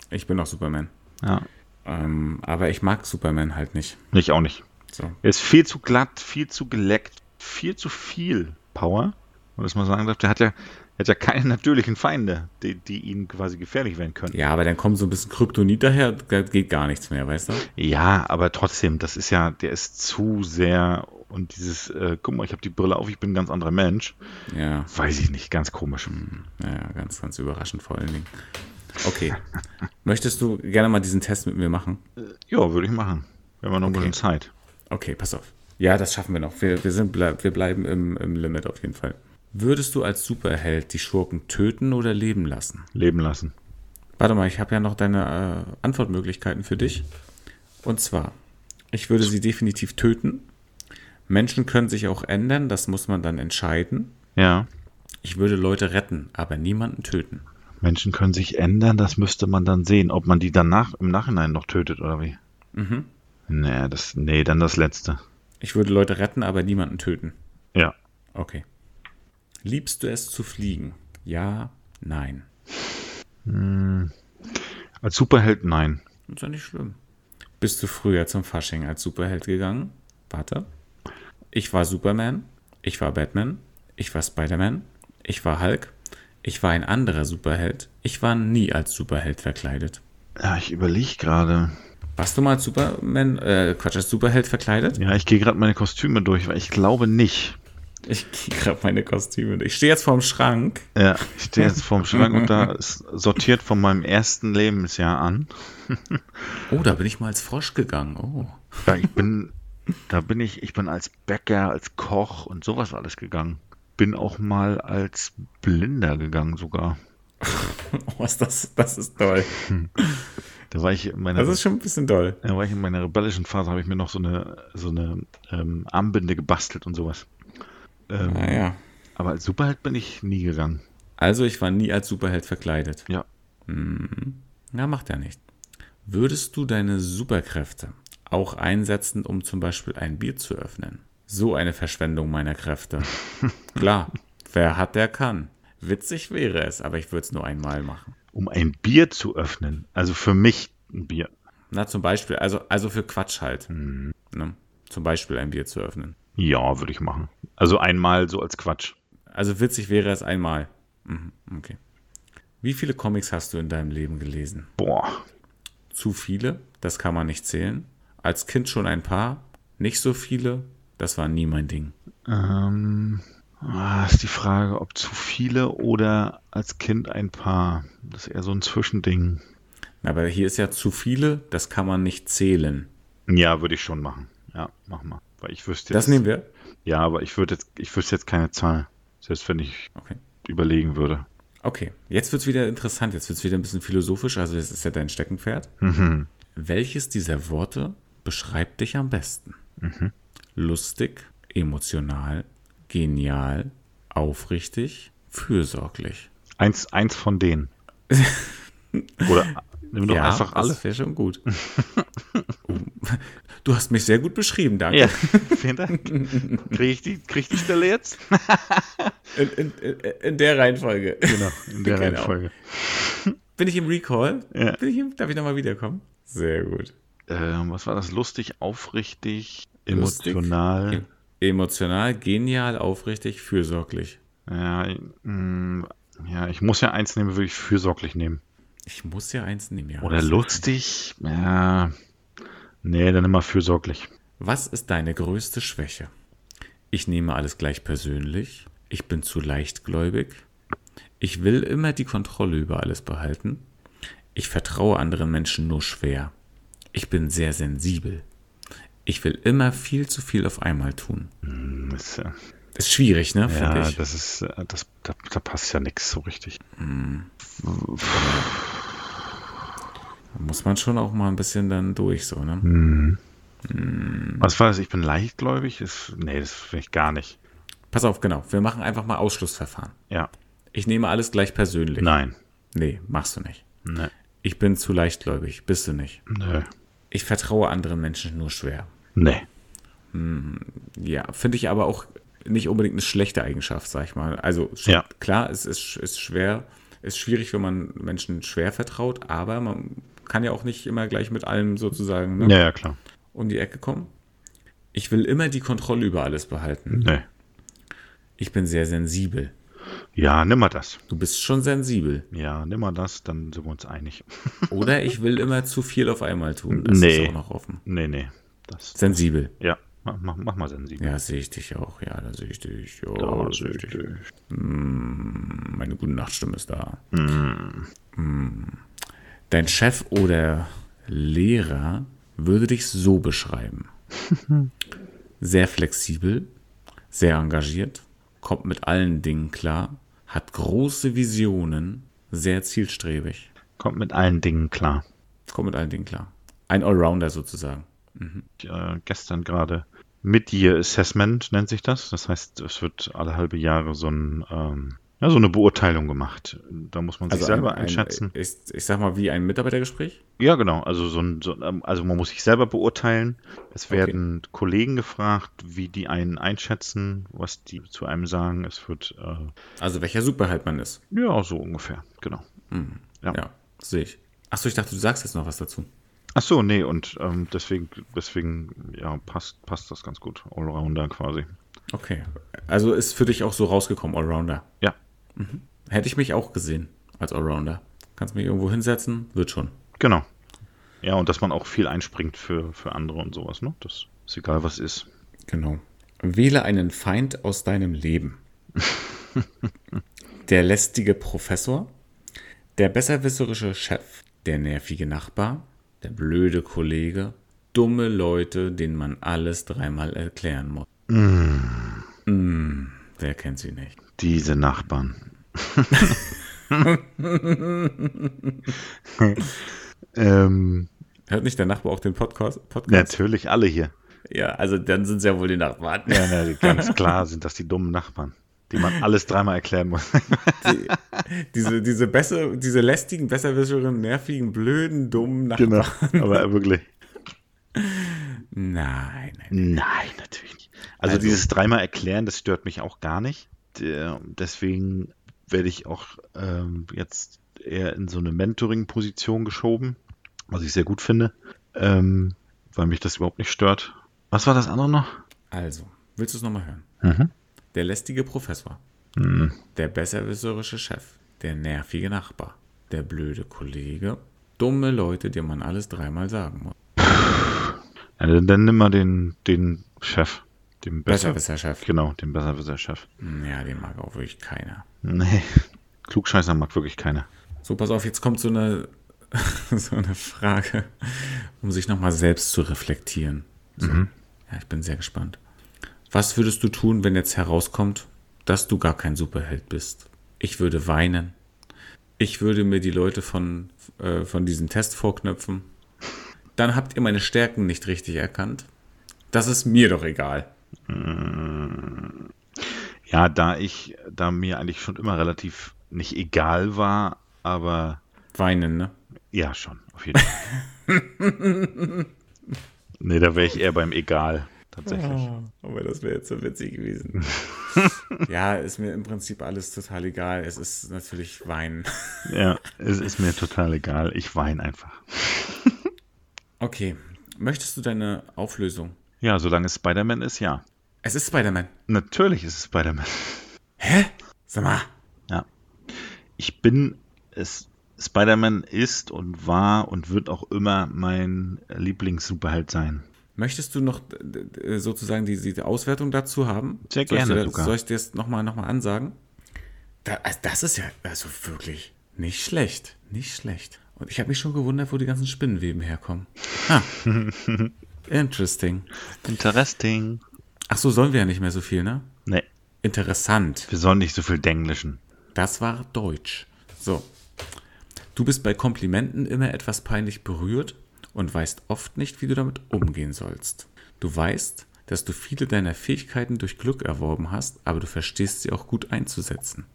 B: Ich bin auch Superman.
A: Ja.
B: Ähm, aber ich mag Superman halt nicht.
A: Ich auch nicht.
B: So.
A: Er ist viel zu glatt, viel zu geleckt, viel zu viel Power. Und das man sagen darf, der hat ja, er hat ja keine natürlichen Feinde, die, die ihm quasi gefährlich werden können.
B: Ja, aber dann kommt so ein bisschen Kryptonit daher, da geht gar nichts mehr, weißt du?
A: Ja, aber trotzdem, das ist ja, der ist zu sehr und dieses, äh, guck mal, ich habe die Brille auf, ich bin ein ganz anderer Mensch.
B: Ja,
A: Weiß ich nicht, ganz komisch.
B: ja, ganz, ganz überraschend vor allen Dingen. Okay. Möchtest du gerne mal diesen Test mit mir machen?
A: Ja, würde ich machen. Wenn man noch ein bisschen Zeit.
B: Okay, pass auf. Ja, das schaffen wir noch. Wir, wir, sind, blei- wir bleiben im, im Limit auf jeden Fall. Würdest du als Superheld die Schurken töten oder leben lassen?
A: Leben lassen.
B: Warte mal, ich habe ja noch deine äh, Antwortmöglichkeiten für dich. Und zwar, ich würde sie definitiv töten. Menschen können sich auch ändern, das muss man dann entscheiden.
A: Ja.
B: Ich würde Leute retten, aber niemanden töten.
A: Menschen können sich ändern, das müsste man dann sehen, ob man die danach im Nachhinein noch tötet oder wie. Mhm. Nee, das, nee, dann das letzte.
B: Ich würde Leute retten, aber niemanden töten.
A: Ja.
B: Okay. Liebst du es zu fliegen? Ja, nein.
A: Als Superheld nein.
B: Ist ja nicht schlimm. Bist du früher zum Fasching als Superheld gegangen? Warte. Ich war Superman. Ich war Batman. Ich war Spider-Man. Ich war Hulk. Ich war ein anderer Superheld. Ich war nie als Superheld verkleidet.
A: Ja, ich überlege gerade.
B: Warst du mal als Superman, äh, Quatsch, als Superheld verkleidet?
A: Ja, ich gehe gerade meine Kostüme durch, weil ich glaube nicht.
B: Ich krieg gerade meine Kostüme. Ich stehe jetzt vorm Schrank.
A: Ja, ich stehe jetzt vorm Schrank und da ist sortiert von meinem ersten Lebensjahr an.
B: Oh, da bin ich mal als Frosch gegangen. Oh.
A: Ja, ich bin, da bin ich, ich bin als Bäcker, als Koch und sowas alles gegangen. Bin auch mal als Blinder gegangen sogar.
B: oh ist das, das ist toll.
A: Da war ich in meiner,
B: Das ist schon ein bisschen toll.
A: da war ich in meiner rebellischen Phase, habe ich mir noch so eine, so eine ähm, Armbinde gebastelt und sowas. Ähm,
B: Naja.
A: Aber als Superheld bin ich nie gegangen.
B: Also, ich war nie als Superheld verkleidet. Mhm.
A: Ja.
B: Na, macht er nicht. Würdest du deine Superkräfte auch einsetzen, um zum Beispiel ein Bier zu öffnen? So eine Verschwendung meiner Kräfte. Klar, wer hat, der kann. Witzig wäre es, aber ich würde es nur einmal machen.
A: Um ein Bier zu öffnen, also für mich ein Bier.
B: Na, zum Beispiel, also, also für Quatsch halt. Ne? Zum Beispiel ein Bier zu öffnen.
A: Ja, würde ich machen. Also einmal so als Quatsch.
B: Also witzig wäre es einmal. Mhm, okay. Wie viele Comics hast du in deinem Leben gelesen?
A: Boah.
B: zu viele, das kann man nicht zählen. Als Kind schon ein paar, nicht so viele, das war nie mein Ding.
A: Ähm, ah, ist die Frage, ob zu viele oder als Kind ein paar. Das ist eher so ein Zwischending.
B: Aber hier ist ja zu viele, das kann man nicht zählen.
A: Ja, würde ich schon machen. Ja, mach mal. Weil ich wüsste jetzt.
B: Das nehmen wir.
A: ja, aber ich würde jetzt, ich wüsste jetzt keine Zahl. Selbst wenn ich
B: Okay.
A: überlegen würde.
B: Okay, jetzt wird's wieder interessant, jetzt wird's wieder ein bisschen philosophisch, also das ist ja dein Steckenpferd. Welches dieser Worte beschreibt dich am besten? Lustig, emotional, genial, aufrichtig, fürsorglich.
A: Eins, eins von denen. oder nimm doch einfach alle.
B: Das wäre schon gut. Oh. Du hast mich sehr gut beschrieben, danke.
A: Ja, vielen Dank. Kriege ich die, krieg ich die Stelle jetzt?
B: In, in, in, in der Reihenfolge.
A: Genau, in der
B: Genau.
A: Reihenfolge.
B: Bin ich im Recall?
A: Ja.
B: Bin ich im, darf ich nochmal wiederkommen? Sehr gut.
A: Ähm, was war das? Lustig, aufrichtig,
B: Lustig.
A: emotional.
B: Emotional, genial, aufrichtig, fürsorglich.
A: Ja, ich- mh, ja, ich muss ja eins nehmen, würde ich fürsorglich nehmen.
B: Ich muss ja eins nehmen, ja.
A: Oder lustig, ja. Nee, dann immer fürsorglich.
B: Was ist deine größte Schwäche? Ich nehme alles gleich persönlich. Ich bin zu leichtgläubig. Ich will immer die Kontrolle über alles behalten. Ich vertraue anderen Menschen nur schwer. Ich bin sehr sensibel. Ich will immer viel zu viel auf einmal tun.
A: Das, äh,
B: Ist schwierig, ne? Finde
A: ja,
B: ich.
A: das ist, äh, das, da, da passt ja nichts so richtig.
B: Muss man schon auch mal ein bisschen dann durch, so, ne?
A: Hm. Was war das? Ich bin leichtgläubig? Ist, nee, das finde ich gar nicht.
B: Pass auf, genau. Wir machen einfach mal Ausschlussverfahren.
A: Ja,
B: Ich nehme alles gleich persönlich.
A: nein.
B: Nee, machst du nicht.
A: Nee,
B: Ich bin zu leichtgläubig. Bist du nicht.
A: nee.
B: Ich vertraue anderen Menschen nur schwer.
A: nee.
B: Ja, finde ich aber auch nicht unbedingt eine schlechte Eigenschaft, sag ich mal. Also schon,
A: Ja.
B: klar, es ist, ist schwer, ist schwierig, wenn man Menschen schwer vertraut, aber man kann ja auch nicht immer gleich mit allem sozusagen ne,
A: Ja, ja, klar.
B: um die Ecke kommen. Ich will immer die Kontrolle über alles behalten.
A: Nee.
B: Ich bin sehr sensibel.
A: Ja, nimm mal das.
B: Du bist schon sensibel.
A: Ja, nimm mal das, dann sind wir uns einig.
B: Oder ich will immer zu viel auf einmal tun. Das
A: Nee.
B: ist auch noch offen.
A: Nee, nee. Das,
B: Sensibel.
A: ja, mach, mach, mach mal sensibel.
B: Ja, sehe ich dich auch. Ja, da sehe ich dich. Ja,
A: Ja,
B: da sehe ich dich. Hm, Meine gute Nachtstimme ist da. Mm. Dein Chef oder Lehrer würde dich so beschreiben. Sehr flexibel, sehr engagiert, kommt mit allen Dingen klar, hat große Visionen, sehr zielstrebig,
A: Kommt mit allen Dingen klar.
B: kommt mit allen Dingen klar. Ein Allrounder sozusagen.
A: äh, gestern gerade Mid-Year Assessment nennt sich das. Das heißt, es wird alle halbe Jahre so, ein, ähm, ja, so eine Beurteilung gemacht. Da muss man sich selber
B: Also ein,
A: einschätzen.
B: Ein, ich, ich sag mal, wie ein Mitarbeitergespräch?
A: ja, genau. Also, so ein, so, ähm, also man muss sich selber beurteilen. Es werden Kollegen gefragt, wie die einen einschätzen, was die zu einem sagen. Es wird, äh,
B: Also welcher Superheld man ist.
A: ja, so ungefähr. Genau. Ja.
B: Ja, sehe ich. Achso, ich dachte, du sagst jetzt noch was dazu.
A: Ach so, nee, und ähm, deswegen, deswegen, ja, passt, passt das ganz gut. Allrounder quasi.
B: Okay. Also ist für dich auch so rausgekommen, Allrounder.
A: Ja,
B: Hätte ich mich auch gesehen als Allrounder. Kannst mich irgendwo hinsetzen, wird schon.
A: Genau. Ja, und dass man auch viel einspringt für, für andere und sowas, ne? Das ist egal, was ist.
B: Genau. Wähle einen Feind aus deinem Leben. der lästige Professor, der besserwisserische Chef, der nervige Nachbar, der blöde Kollege, dumme Leute, denen man alles dreimal erklären muss. Mm. wer kennt sie nicht?
A: Diese Nachbarn. ähm,
B: Hört nicht der Nachbar auch den Podcast? Podcast?
A: natürlich alle hier.
B: Ja, also dann sind es ja wohl die Nachbarn.
A: Ja, na, ganz klar sind das die dummen Nachbarn, die man alles dreimal erklären muss.
B: Diese, diese, besser, diese lästigen, besserwisserigen, nervigen, blöden, dummen Nachbarn.
A: genau. Aber wirklich.
B: Nein, nein.
A: Nein, natürlich nicht. Also,
B: Also-
A: dieses dreimal erklären, das stört mich auch gar nicht. Der- Deswegen werde ich auch ähm, jetzt eher in so eine Mentoring-Position geschoben, was ich sehr gut finde, ähm, weil mich das überhaupt nicht stört. Was war das andere noch?
B: Also, willst du es nochmal hören?
A: Mhm.
B: Der lästige Professor. Der besserwisserische Chef. Der nervige Nachbar. Der blöde Kollege. Dumme Leute, dir man alles dreimal sagen muss.
A: Ja, dann, dann nimm mal den, den Chef. Den Besser.
B: Besserwisser-Chef. Hm,
A: Genau, den Besserwisser-Chef.
B: Ja, den mag auch wirklich keiner.
A: Nee, Klugscheißer mag wirklich keiner.
B: So, pass auf, jetzt kommt so eine, so eine Frage, um sich nochmal selbst zu reflektieren. So. Ja, ich bin sehr gespannt. Was würdest du tun, wenn jetzt herauskommt, dass du gar kein Superheld bist? Ich würde weinen. Ich würde mir die Leute von, äh, von diesem Test vorknöpfen. Dann habt ihr meine Stärken nicht richtig erkannt. Das ist mir doch egal.
A: Ja, da ich, da mir eigentlich schon immer relativ nicht egal war, aber
B: Weinen, ne?
A: Ja, schon, auf jeden Fall. Nee, da wäre ich eher beim Egal, tatsächlich.
B: Aber Oh, das wäre jetzt so witzig gewesen. ja, ist mir im Prinzip alles total egal. Es ist natürlich Wein.
A: Ja, es ist mir total egal. Ich weine einfach.
B: Okay, möchtest du deine Auflösung?
A: Ja, solange es Spider-Man ist, ja.
B: Es ist Spider-Man.
A: Natürlich ist es Spider-Man.
B: Hä? Sag mal.
A: Ja. Ich bin es. Spider-Man ist und war und wird auch immer mein Lieblings-Superheld sein.
B: Möchtest du noch äh, sozusagen die, die Auswertung dazu haben?
A: Sehr
B: Soll ich
A: gerne,
B: dir-
A: Luca.
B: Soll ich dir das nochmal noch mal ansagen? Da, also das ist ja also wirklich nicht schlecht. Nicht schlecht. Und ich habe mich schon gewundert, wo die ganzen Spinnenweben herkommen. Ah. Interesting.
A: Interesting.
B: Ach so, sollen wir ja nicht mehr so viel, ne?
A: Nee,
B: Interessant.
A: wir sollen nicht so viel denglischen.
B: Das war Deutsch. So. Du bist bei Komplimenten immer etwas peinlich berührt und weißt oft nicht, wie du damit umgehen sollst. Du weißt, dass du viele deiner Fähigkeiten durch Glück erworben hast, aber du verstehst sie auch gut einzusetzen.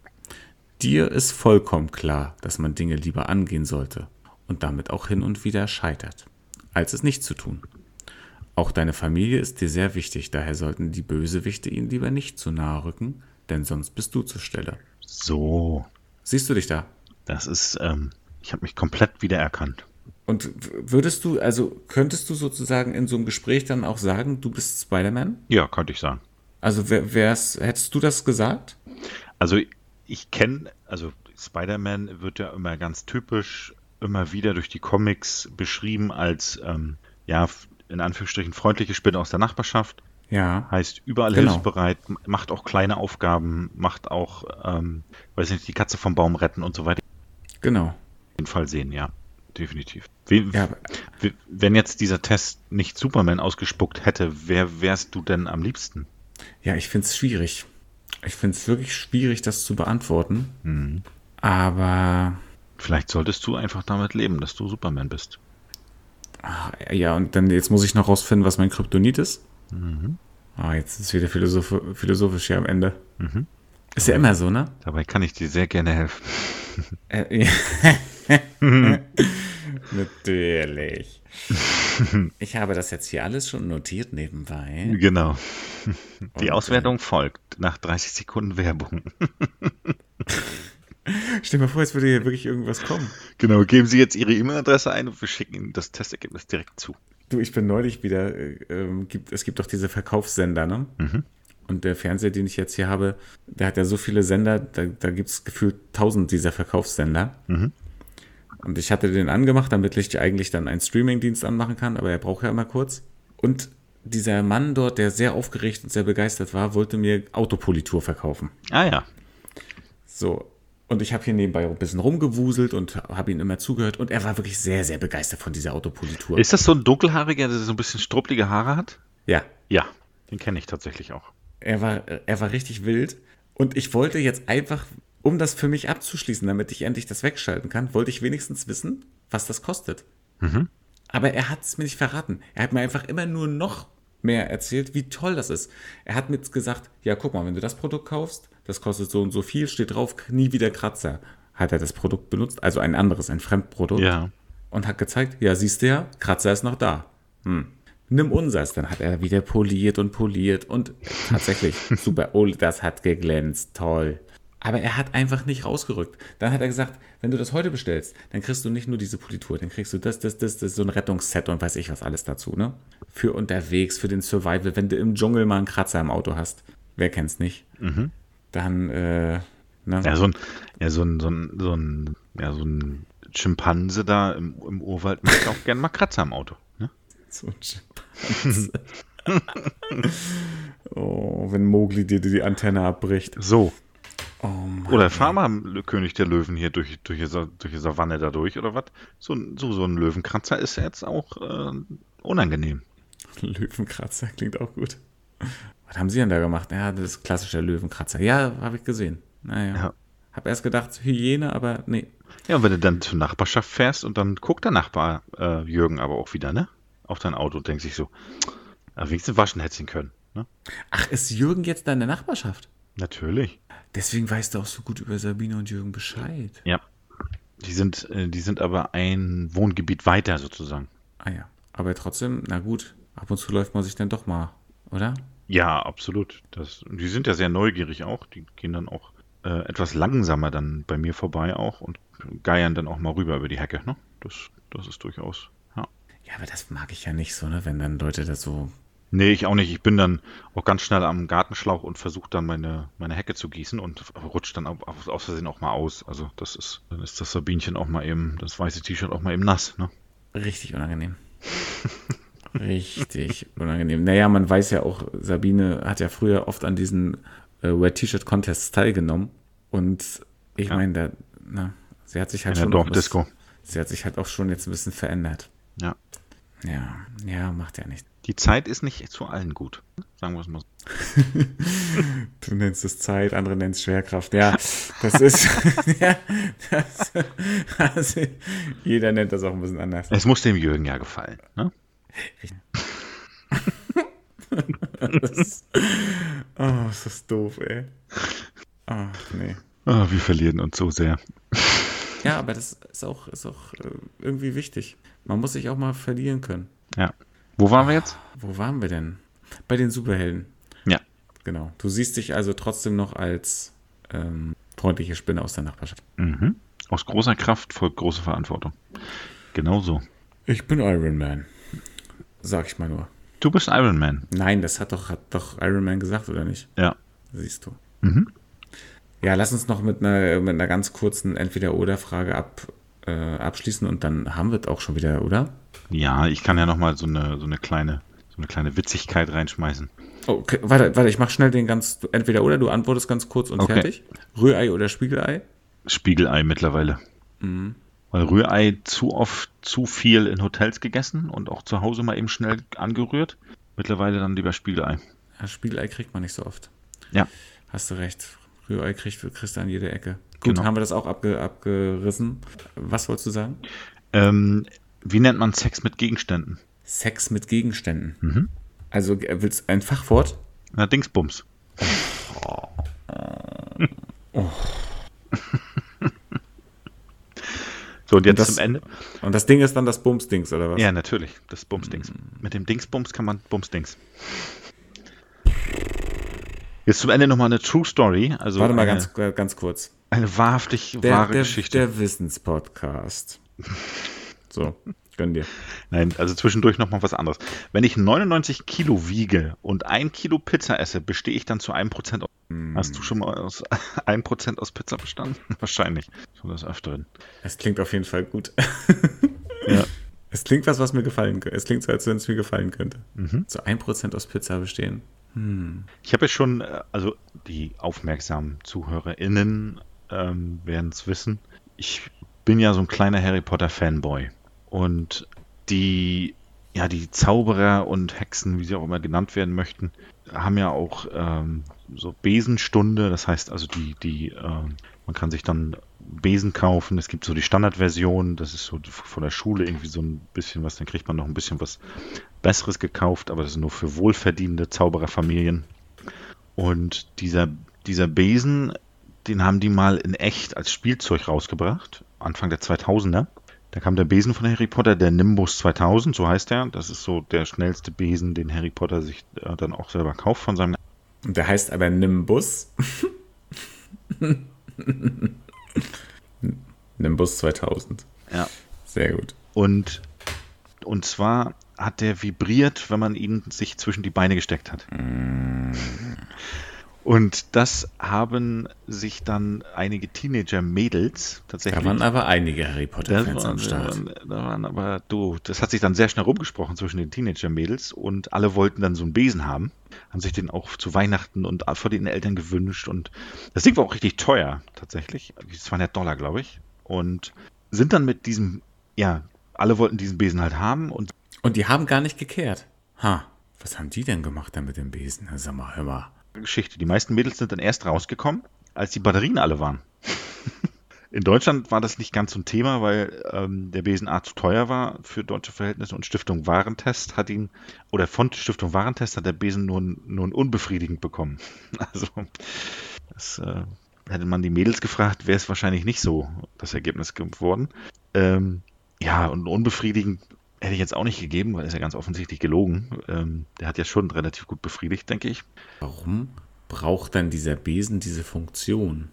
B: Dir ist vollkommen klar, dass man Dinge lieber angehen sollte und damit auch hin und wieder scheitert, als es nicht zu tun. Auch deine Familie ist dir sehr wichtig, daher sollten die Bösewichte ihnen lieber nicht zu nahe rücken, denn sonst bist du zur Stelle.
A: So,
B: Siehst du dich da?
A: das ist, ähm, ich habe mich komplett wiedererkannt.
B: Und w- würdest du, also könntest du sozusagen in so einem Gespräch dann auch sagen, du bist Spider-Man?
A: Ja, könnte ich sagen.
B: Also wär, wär's, hättest du das gesagt?
A: Also ich kenne, also Spider-Man wird ja immer ganz typisch immer wieder durch die Comics beschrieben als, ähm, ja, f- in Anführungsstrichen freundliche Spinne aus der Nachbarschaft.
B: Ja.
A: Heißt überall
B: Genau.
A: hilfsbereit, m- macht auch kleine Aufgaben, macht auch, ähm, weiß nicht, die Katze vom Baum retten und so weiter.
B: Genau.
A: Auf jeden Fall sehen, ja. Definitiv. Wie,
B: Ja, aber-
A: wie, wenn jetzt dieser Test nicht Superman ausgespuckt hätte, wer wärst du denn am liebsten?
B: Ja, ich find's schwierig. Ich find's wirklich schwierig, das zu beantworten. Aber
A: Vielleicht solltest du einfach damit leben, dass du Superman bist.
B: ja, und dann jetzt muss ich noch rausfinden, was mein Kryptonit ist. Ah, jetzt ist wieder philosoph philosophisch hier am Ende. Ist ja immer so, ne?
A: Dabei kann ich dir sehr gerne helfen.
B: Äh, ja. Natürlich. Ich habe das jetzt hier alles schon notiert nebenbei.
A: Genau. äh, Die
B: Und,
A: Auswertung folgt nach 30 Sekunden Werbung.
B: Äh, stell mir vor, jetzt würde hier wirklich irgendwas kommen.
A: Genau, geben Sie jetzt Ihre E-Mail-Adresse ein und wir schicken Ihnen das Testergebnis direkt zu.
B: Du, ich bin neulich wieder, äh, ähm, gibt, es gibt doch diese Verkaufssender, ne? Und der Fernseher, den ich jetzt hier habe, der hat ja so viele Sender, da, da gibt es gefühlt tausend dieser Verkaufssender. Und ich hatte den angemacht, damit ich eigentlich dann einen Streamingdienst anmachen kann, aber er braucht ja immer kurz. Und dieser Mann dort, der sehr aufgeregt und sehr begeistert war, wollte mir Autopolitur verkaufen.
A: Ah ja.
B: So. Und ich habe hier nebenbei ein bisschen rumgewuselt und habe ihm immer zugehört. Und er war wirklich sehr, sehr begeistert von dieser Autopolitur.
A: Ist das so ein dunkelhaariger, der so ein bisschen strupplige Haare hat?
B: ja.
A: Ja, den kenne ich tatsächlich auch.
B: Er war, äh, er war richtig wild. Und ich wollte jetzt einfach, um das für mich abzuschließen, damit ich endlich das wegschalten kann, wollte ich wenigstens wissen, was das kostet. Aber er hat es mir nicht verraten. Er hat mir einfach immer nur noch mehr erzählt, wie toll das ist. Er hat mir jetzt gesagt, ja, guck mal, wenn du das Produkt kaufst, das kostet so und so viel, steht drauf, nie wieder Kratzer. Hat er das Produkt benutzt, also ein anderes, ein Fremdprodukt
A: Ja.
B: und hat gezeigt, ja, siehst du ja, Kratzer ist noch da. Hm. Nimm unseres. Dann hat er wieder poliert und poliert und tatsächlich, super, oh, das hat geglänzt, toll. Aber er hat einfach nicht rausgerückt. Dann hat er gesagt, wenn du das heute bestellst, dann kriegst du nicht nur diese Politur, dann kriegst du das, das, das, das, so ein Rettungsset und weiß ich was alles dazu, ne? Für unterwegs, für den Survival, wenn du im Dschungel mal einen Kratzer im Auto hast. Wer kennt's nicht? Dann, äh, ne?
A: Ja, so ein, ja, so ein, so ein, so ein, ja, so ein Schimpanse da im, im Urwald macht auch gerne mal Kratzer am Auto. Ne?
B: So ein Schimpanse. oh, wenn Mowgli dir die Antenne abbricht.
A: So.
B: Oh Mann.
A: Oder fahr mal am König der Löwen hier durch, durch, die, Sa- durch die Savanne da durch oder was? So, ein- so, so ein Löwenkratzer ist ja jetzt auch äh, unangenehm.
B: Löwenkratzer klingt auch gut. Was haben sie denn da gemacht? Ja, das ist klassischer Löwenkratzer. Ja, habe ich gesehen. Naja.
A: Ja.
B: Hab erst gedacht, Hyäne, aber nee.
A: Ja, und wenn du dann zur Nachbarschaft fährst und dann guckt der Nachbar äh, Jürgen aber auch wieder, ne? Auf dein Auto und denkt sich so, aber wenigstens waschen hätte ich ihn können. Ne?
B: Ach, ist Jürgen jetzt da in der Nachbarschaft?
A: Natürlich.
B: Deswegen weißt du auch so gut über Sabine und Jürgen Bescheid.
A: Ja. Die sind, äh, die sind aber ein Wohngebiet weiter sozusagen.
B: Ah ja. Aber trotzdem, na gut. Ab und zu läuft man sich dann doch mal, oder?
A: Ja, absolut. Das, die sind ja sehr neugierig auch. Die gehen dann auch äh, etwas langsamer dann bei mir vorbei auch und geiern dann auch mal rüber über die Hecke. Ne? Das, das ist durchaus. Ja.
B: Ja, aber das mag ich ja nicht so, ne? Wenn dann Leute das so.
A: Nee, ich auch nicht. Ich bin dann auch ganz schnell am Gartenschlauch und versuche dann meine, meine Hecke zu gießen und rutscht dann au- au- aus Versehen auch mal aus. Also das ist, dann ist das Sabinchen auch mal eben, das weiße T-Shirt auch mal eben nass. Ne?
B: Richtig unangenehm. Richtig unangenehm. Naja, man weiß ja auch, Sabine hat ja früher oft an diesen äh, Wear-T-Shirt-Contests teilgenommen. Und ich
A: Ja.
B: meine, da, na, sie hat sich
A: In
B: halt
A: der
B: schon. auch
A: Dorfdisco.
B: was- Sie hat sich halt auch schon jetzt ein bisschen verändert.
A: Ja.
B: Ja, ja, macht ja nichts.
A: Die Zeit ist nicht zu allen gut. Sagen wir es mal so.
B: Du nennst es Zeit, andere nennen es Schwerkraft. Ja, das ist. ja, das, also, jeder nennt das auch ein bisschen anders.
A: Es muss dem Jürgen ja gefallen. Ne?
B: Das, oh, ist das doof, ey. Ach, nee.
A: Ah, wir verlieren uns so sehr.
B: Ja, aber das ist auch, ist auch äh, irgendwie wichtig. Man muss sich auch mal verlieren können.
A: Ja. Wo waren wir jetzt?
B: Wo waren wir denn? Bei den Superhelden.
A: Ja.
B: Genau. Du siehst dich also trotzdem noch als ähm, freundliche Spinne aus der Nachbarschaft.
A: Mhm. Aus großer Kraft folgt große Verantwortung. Genau so.
B: Ich bin Iron Man. Sag ich mal nur.
A: Du bist Iron Man.
B: Nein, das hat doch, hat doch Iron Man gesagt, oder nicht?
A: Ja.
B: Siehst du.
A: Mhm.
B: Ja, lass uns noch mit einer, mit einer ganz kurzen Entweder-Oder-Frage ab, äh, abschließen und dann haben wir es auch schon wieder, oder?
A: Ja, ich kann ja nochmal so eine, so eine kleine, so eine kleine Witzigkeit reinschmeißen.
B: Okay, warte, warte, ich mach schnell den ganz. Entweder oder du antwortest ganz kurz und
A: Okay.
B: fertig. Rührei oder Spiegelei?
A: Spiegelei mittlerweile. Weil Rührei zu oft zu viel in Hotels gegessen und auch zu Hause mal eben schnell angerührt. Mittlerweile dann lieber Spiegelei.
B: Ja, Spiegelei kriegt man nicht so oft.
A: Ja.
B: Hast du recht. Rührei kriegt, kriegst du an jeder Ecke. Gut,
A: Genau.
B: haben wir das auch abge, abgerissen. Was wolltest du sagen?
A: Ähm, wie nennt man Sex mit Gegenständen?
B: Sex mit Gegenständen.
A: Mhm.
B: Also äh, willst ein Fachwort?
A: Na, Dingsbums. So, und jetzt
B: Und das-
A: zum Ende.
B: Und das Ding ist dann das Bumsdings, oder was?
A: Ja, natürlich, das Bumsdings.
B: Hm.
A: Mit dem Dingsbums kann man Bumsdings. Jetzt zum Ende nochmal eine True Story. Also
B: Warte mal
A: eine,
B: ganz, äh, ganz kurz.
A: eine wahrhaftig
B: Der,
A: wahre
B: der,
A: Geschichte.
B: der Wissenspodcast. So, gönn dir.
A: Nein, also zwischendurch nochmal was anderes. Wenn ich 99 Kilo wiege und ein Kilo Pizza esse, bestehe ich dann zu einem Prozent aus.
B: Hm.
A: Hast du schon mal aus 1% aus Pizza bestanden? Wahrscheinlich. Schon des Öfteren.
B: Es klingt auf jeden Fall gut.
A: Ja.
B: Es klingt was, was mir gefallen könnte. Es klingt so, als wenn es mir gefallen könnte.
A: Mhm.
B: Zu 1% aus Pizza bestehen.
A: Ich habe ja schon, äh, also die aufmerksamen ZuhörerInnen ähm, werden es wissen. Ich bin ja so ein kleiner Harry Potter Fanboy. Und die, ja, die Zauberer und Hexen, wie sie auch immer genannt werden möchten, haben ja auch ähm, so Besenstunde. Das heißt also, die, die, ähm, man kann sich dann Besen kaufen. Es gibt so die Standardversion, das ist so von der Schule irgendwie so ein bisschen was, dann kriegt man noch ein bisschen was Besseres gekauft, aber das ist nur für wohlverdienende Zaubererfamilien. Und dieser, dieser Besen, den haben die mal in echt als Spielzeug rausgebracht, Anfang der 2000er. Da kam der Besen von Harry Potter, der Nimbus 2000, so heißt er. Das ist so der schnellste Besen, den Harry Potter sich äh, dann auch selber kauft von seinem.
B: Und der heißt aber Nimbus. Nimbus 2000.
A: Ja.
B: Sehr gut.
A: Und, und zwar hat der vibriert, wenn man ihn sich zwischen die Beine gesteckt hat. Und das haben sich dann einige Teenager-Mädels
B: Da
A: tatsächlich.
B: waren aber einige Harry
A: Das
B: Potter-Fans
A: waren,
B: am
A: da,
B: Start.
A: waren, da waren aber, du, das hat sich dann sehr schnell rumgesprochen zwischen den Teenager-Mädels und alle wollten dann so einen Besen haben, haben sich den auch zu Weihnachten und vor den Eltern gewünscht und das Ding war auch richtig teuer, tatsächlich. 200 Dollar, glaube ich. Und sind dann mit diesem, ja, alle wollten diesen Besen halt haben und
B: Und die haben gar nicht gekehrt. Ha, was haben die denn gemacht da mit dem Besen? Na, Sag mal, hör mal.
A: Geschichte. Die meisten Mädels sind dann erst rausgekommen, als die Batterien alle waren. In Deutschland war das nicht ganz so ein Thema, weil ähm, der Besen A zu teuer war für deutsche Verhältnisse und Stiftung Warentest hat ihn, oder von Stiftung Warentest hat der Besen nur, ein- nur ein unbefriedigend bekommen. Also das, äh, hätte man die Mädels gefragt, wäre es wahrscheinlich nicht so das Ergebnis geworden. Ähm, ja, und unbefriedigend Hätte ich jetzt auch nicht gegeben, weil ist ja ganz offensichtlich gelogen. Ähm, der hat ja schon relativ gut befriedigt, denke ich.
B: Warum braucht dann dieser Besen diese Funktion?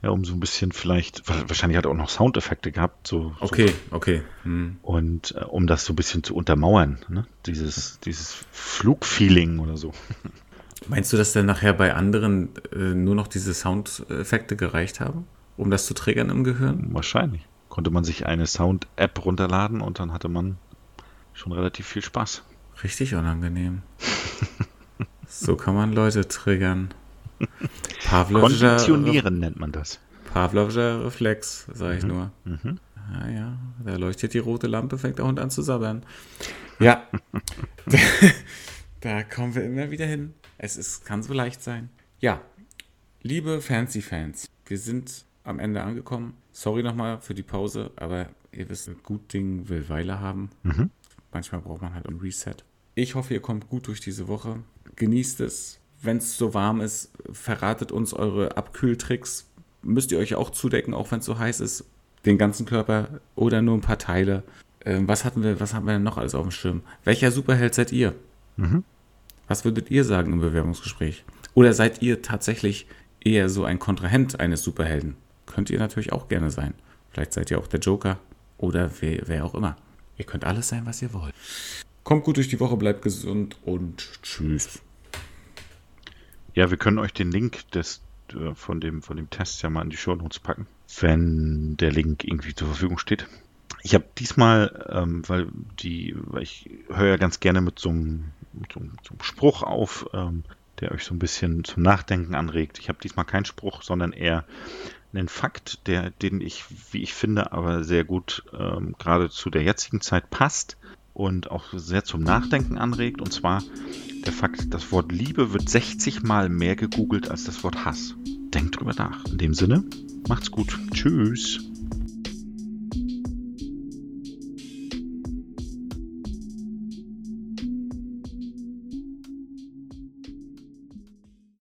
A: Ja, um so ein bisschen vielleicht, wa- wahrscheinlich hat er auch noch Soundeffekte gehabt, so, so
B: Okay, okay. Hm.
A: und äh, um das so ein bisschen zu untermauern, ne? dieses, dieses Flugfeeling oder so.
B: Meinst du, dass dann nachher bei anderen äh, nur noch diese Soundeffekte gereicht haben, um das zu triggern im Gehirn?
A: Wahrscheinlich. Konnte man sich eine Sound-App runterladen und dann hatte man schon relativ viel Spaß.
B: Richtig unangenehm. so kann man Leute triggern. Pavlovscher,
A: Konditionieren nennt man das.
B: Pavlovscher Reflex, sag ich nur. Ah ja, da leuchtet die rote Lampe, fängt der Hund an zu sabbern. Ja, da kommen wir immer wieder hin. Es ist, kann so leicht sein. Ja, liebe Fancy-Fans, wir sind am Ende angekommen. Sorry nochmal für die Pause, aber ihr wisst, ein gut Ding will Weile haben. Manchmal braucht man halt ein Reset. Ich hoffe, ihr kommt gut durch diese Woche. Genießt es. Wenn es so warm ist, verratet uns eure Abkühltricks. Müsst ihr euch auch zudecken, auch wenn es so heiß ist. Den ganzen Körper oder nur ein paar Teile. Ähm, was hatten wir, was haben wir denn noch alles auf dem Schirm? Welcher Superheld seid ihr? Was würdet ihr sagen im Bewerbungsgespräch? Oder seid ihr tatsächlich eher so ein Kontrahent eines Superhelden? Könnt ihr natürlich auch gerne sein. Vielleicht seid ihr auch der Joker oder wer, wer auch immer. Ihr könnt alles sein, was ihr wollt. Kommt gut durch die Woche, bleibt gesund und tschüss.
A: Ja, wir können euch den Link des, äh, von, dem, von dem Test ja mal in die Show Notes packen, wenn der Link irgendwie zur Verfügung steht. Ich habe diesmal, ähm, weil die, weil ich höre ja ganz gerne mit so einem, mit so einem, so einem Spruch auf, ähm, der euch so ein bisschen zum Nachdenken anregt. Ich habe diesmal keinen Spruch, sondern eher einen Fakt, der, den ich, wie ich finde, aber sehr gut ähm, gerade zu der jetzigen Zeit passt und auch sehr zum Nachdenken anregt. Und zwar der Fakt, das Wort Liebe wird 60 Mal mehr gegoogelt als das Wort Hass. Denkt drüber nach. In dem Sinne, macht's gut. Tschüss.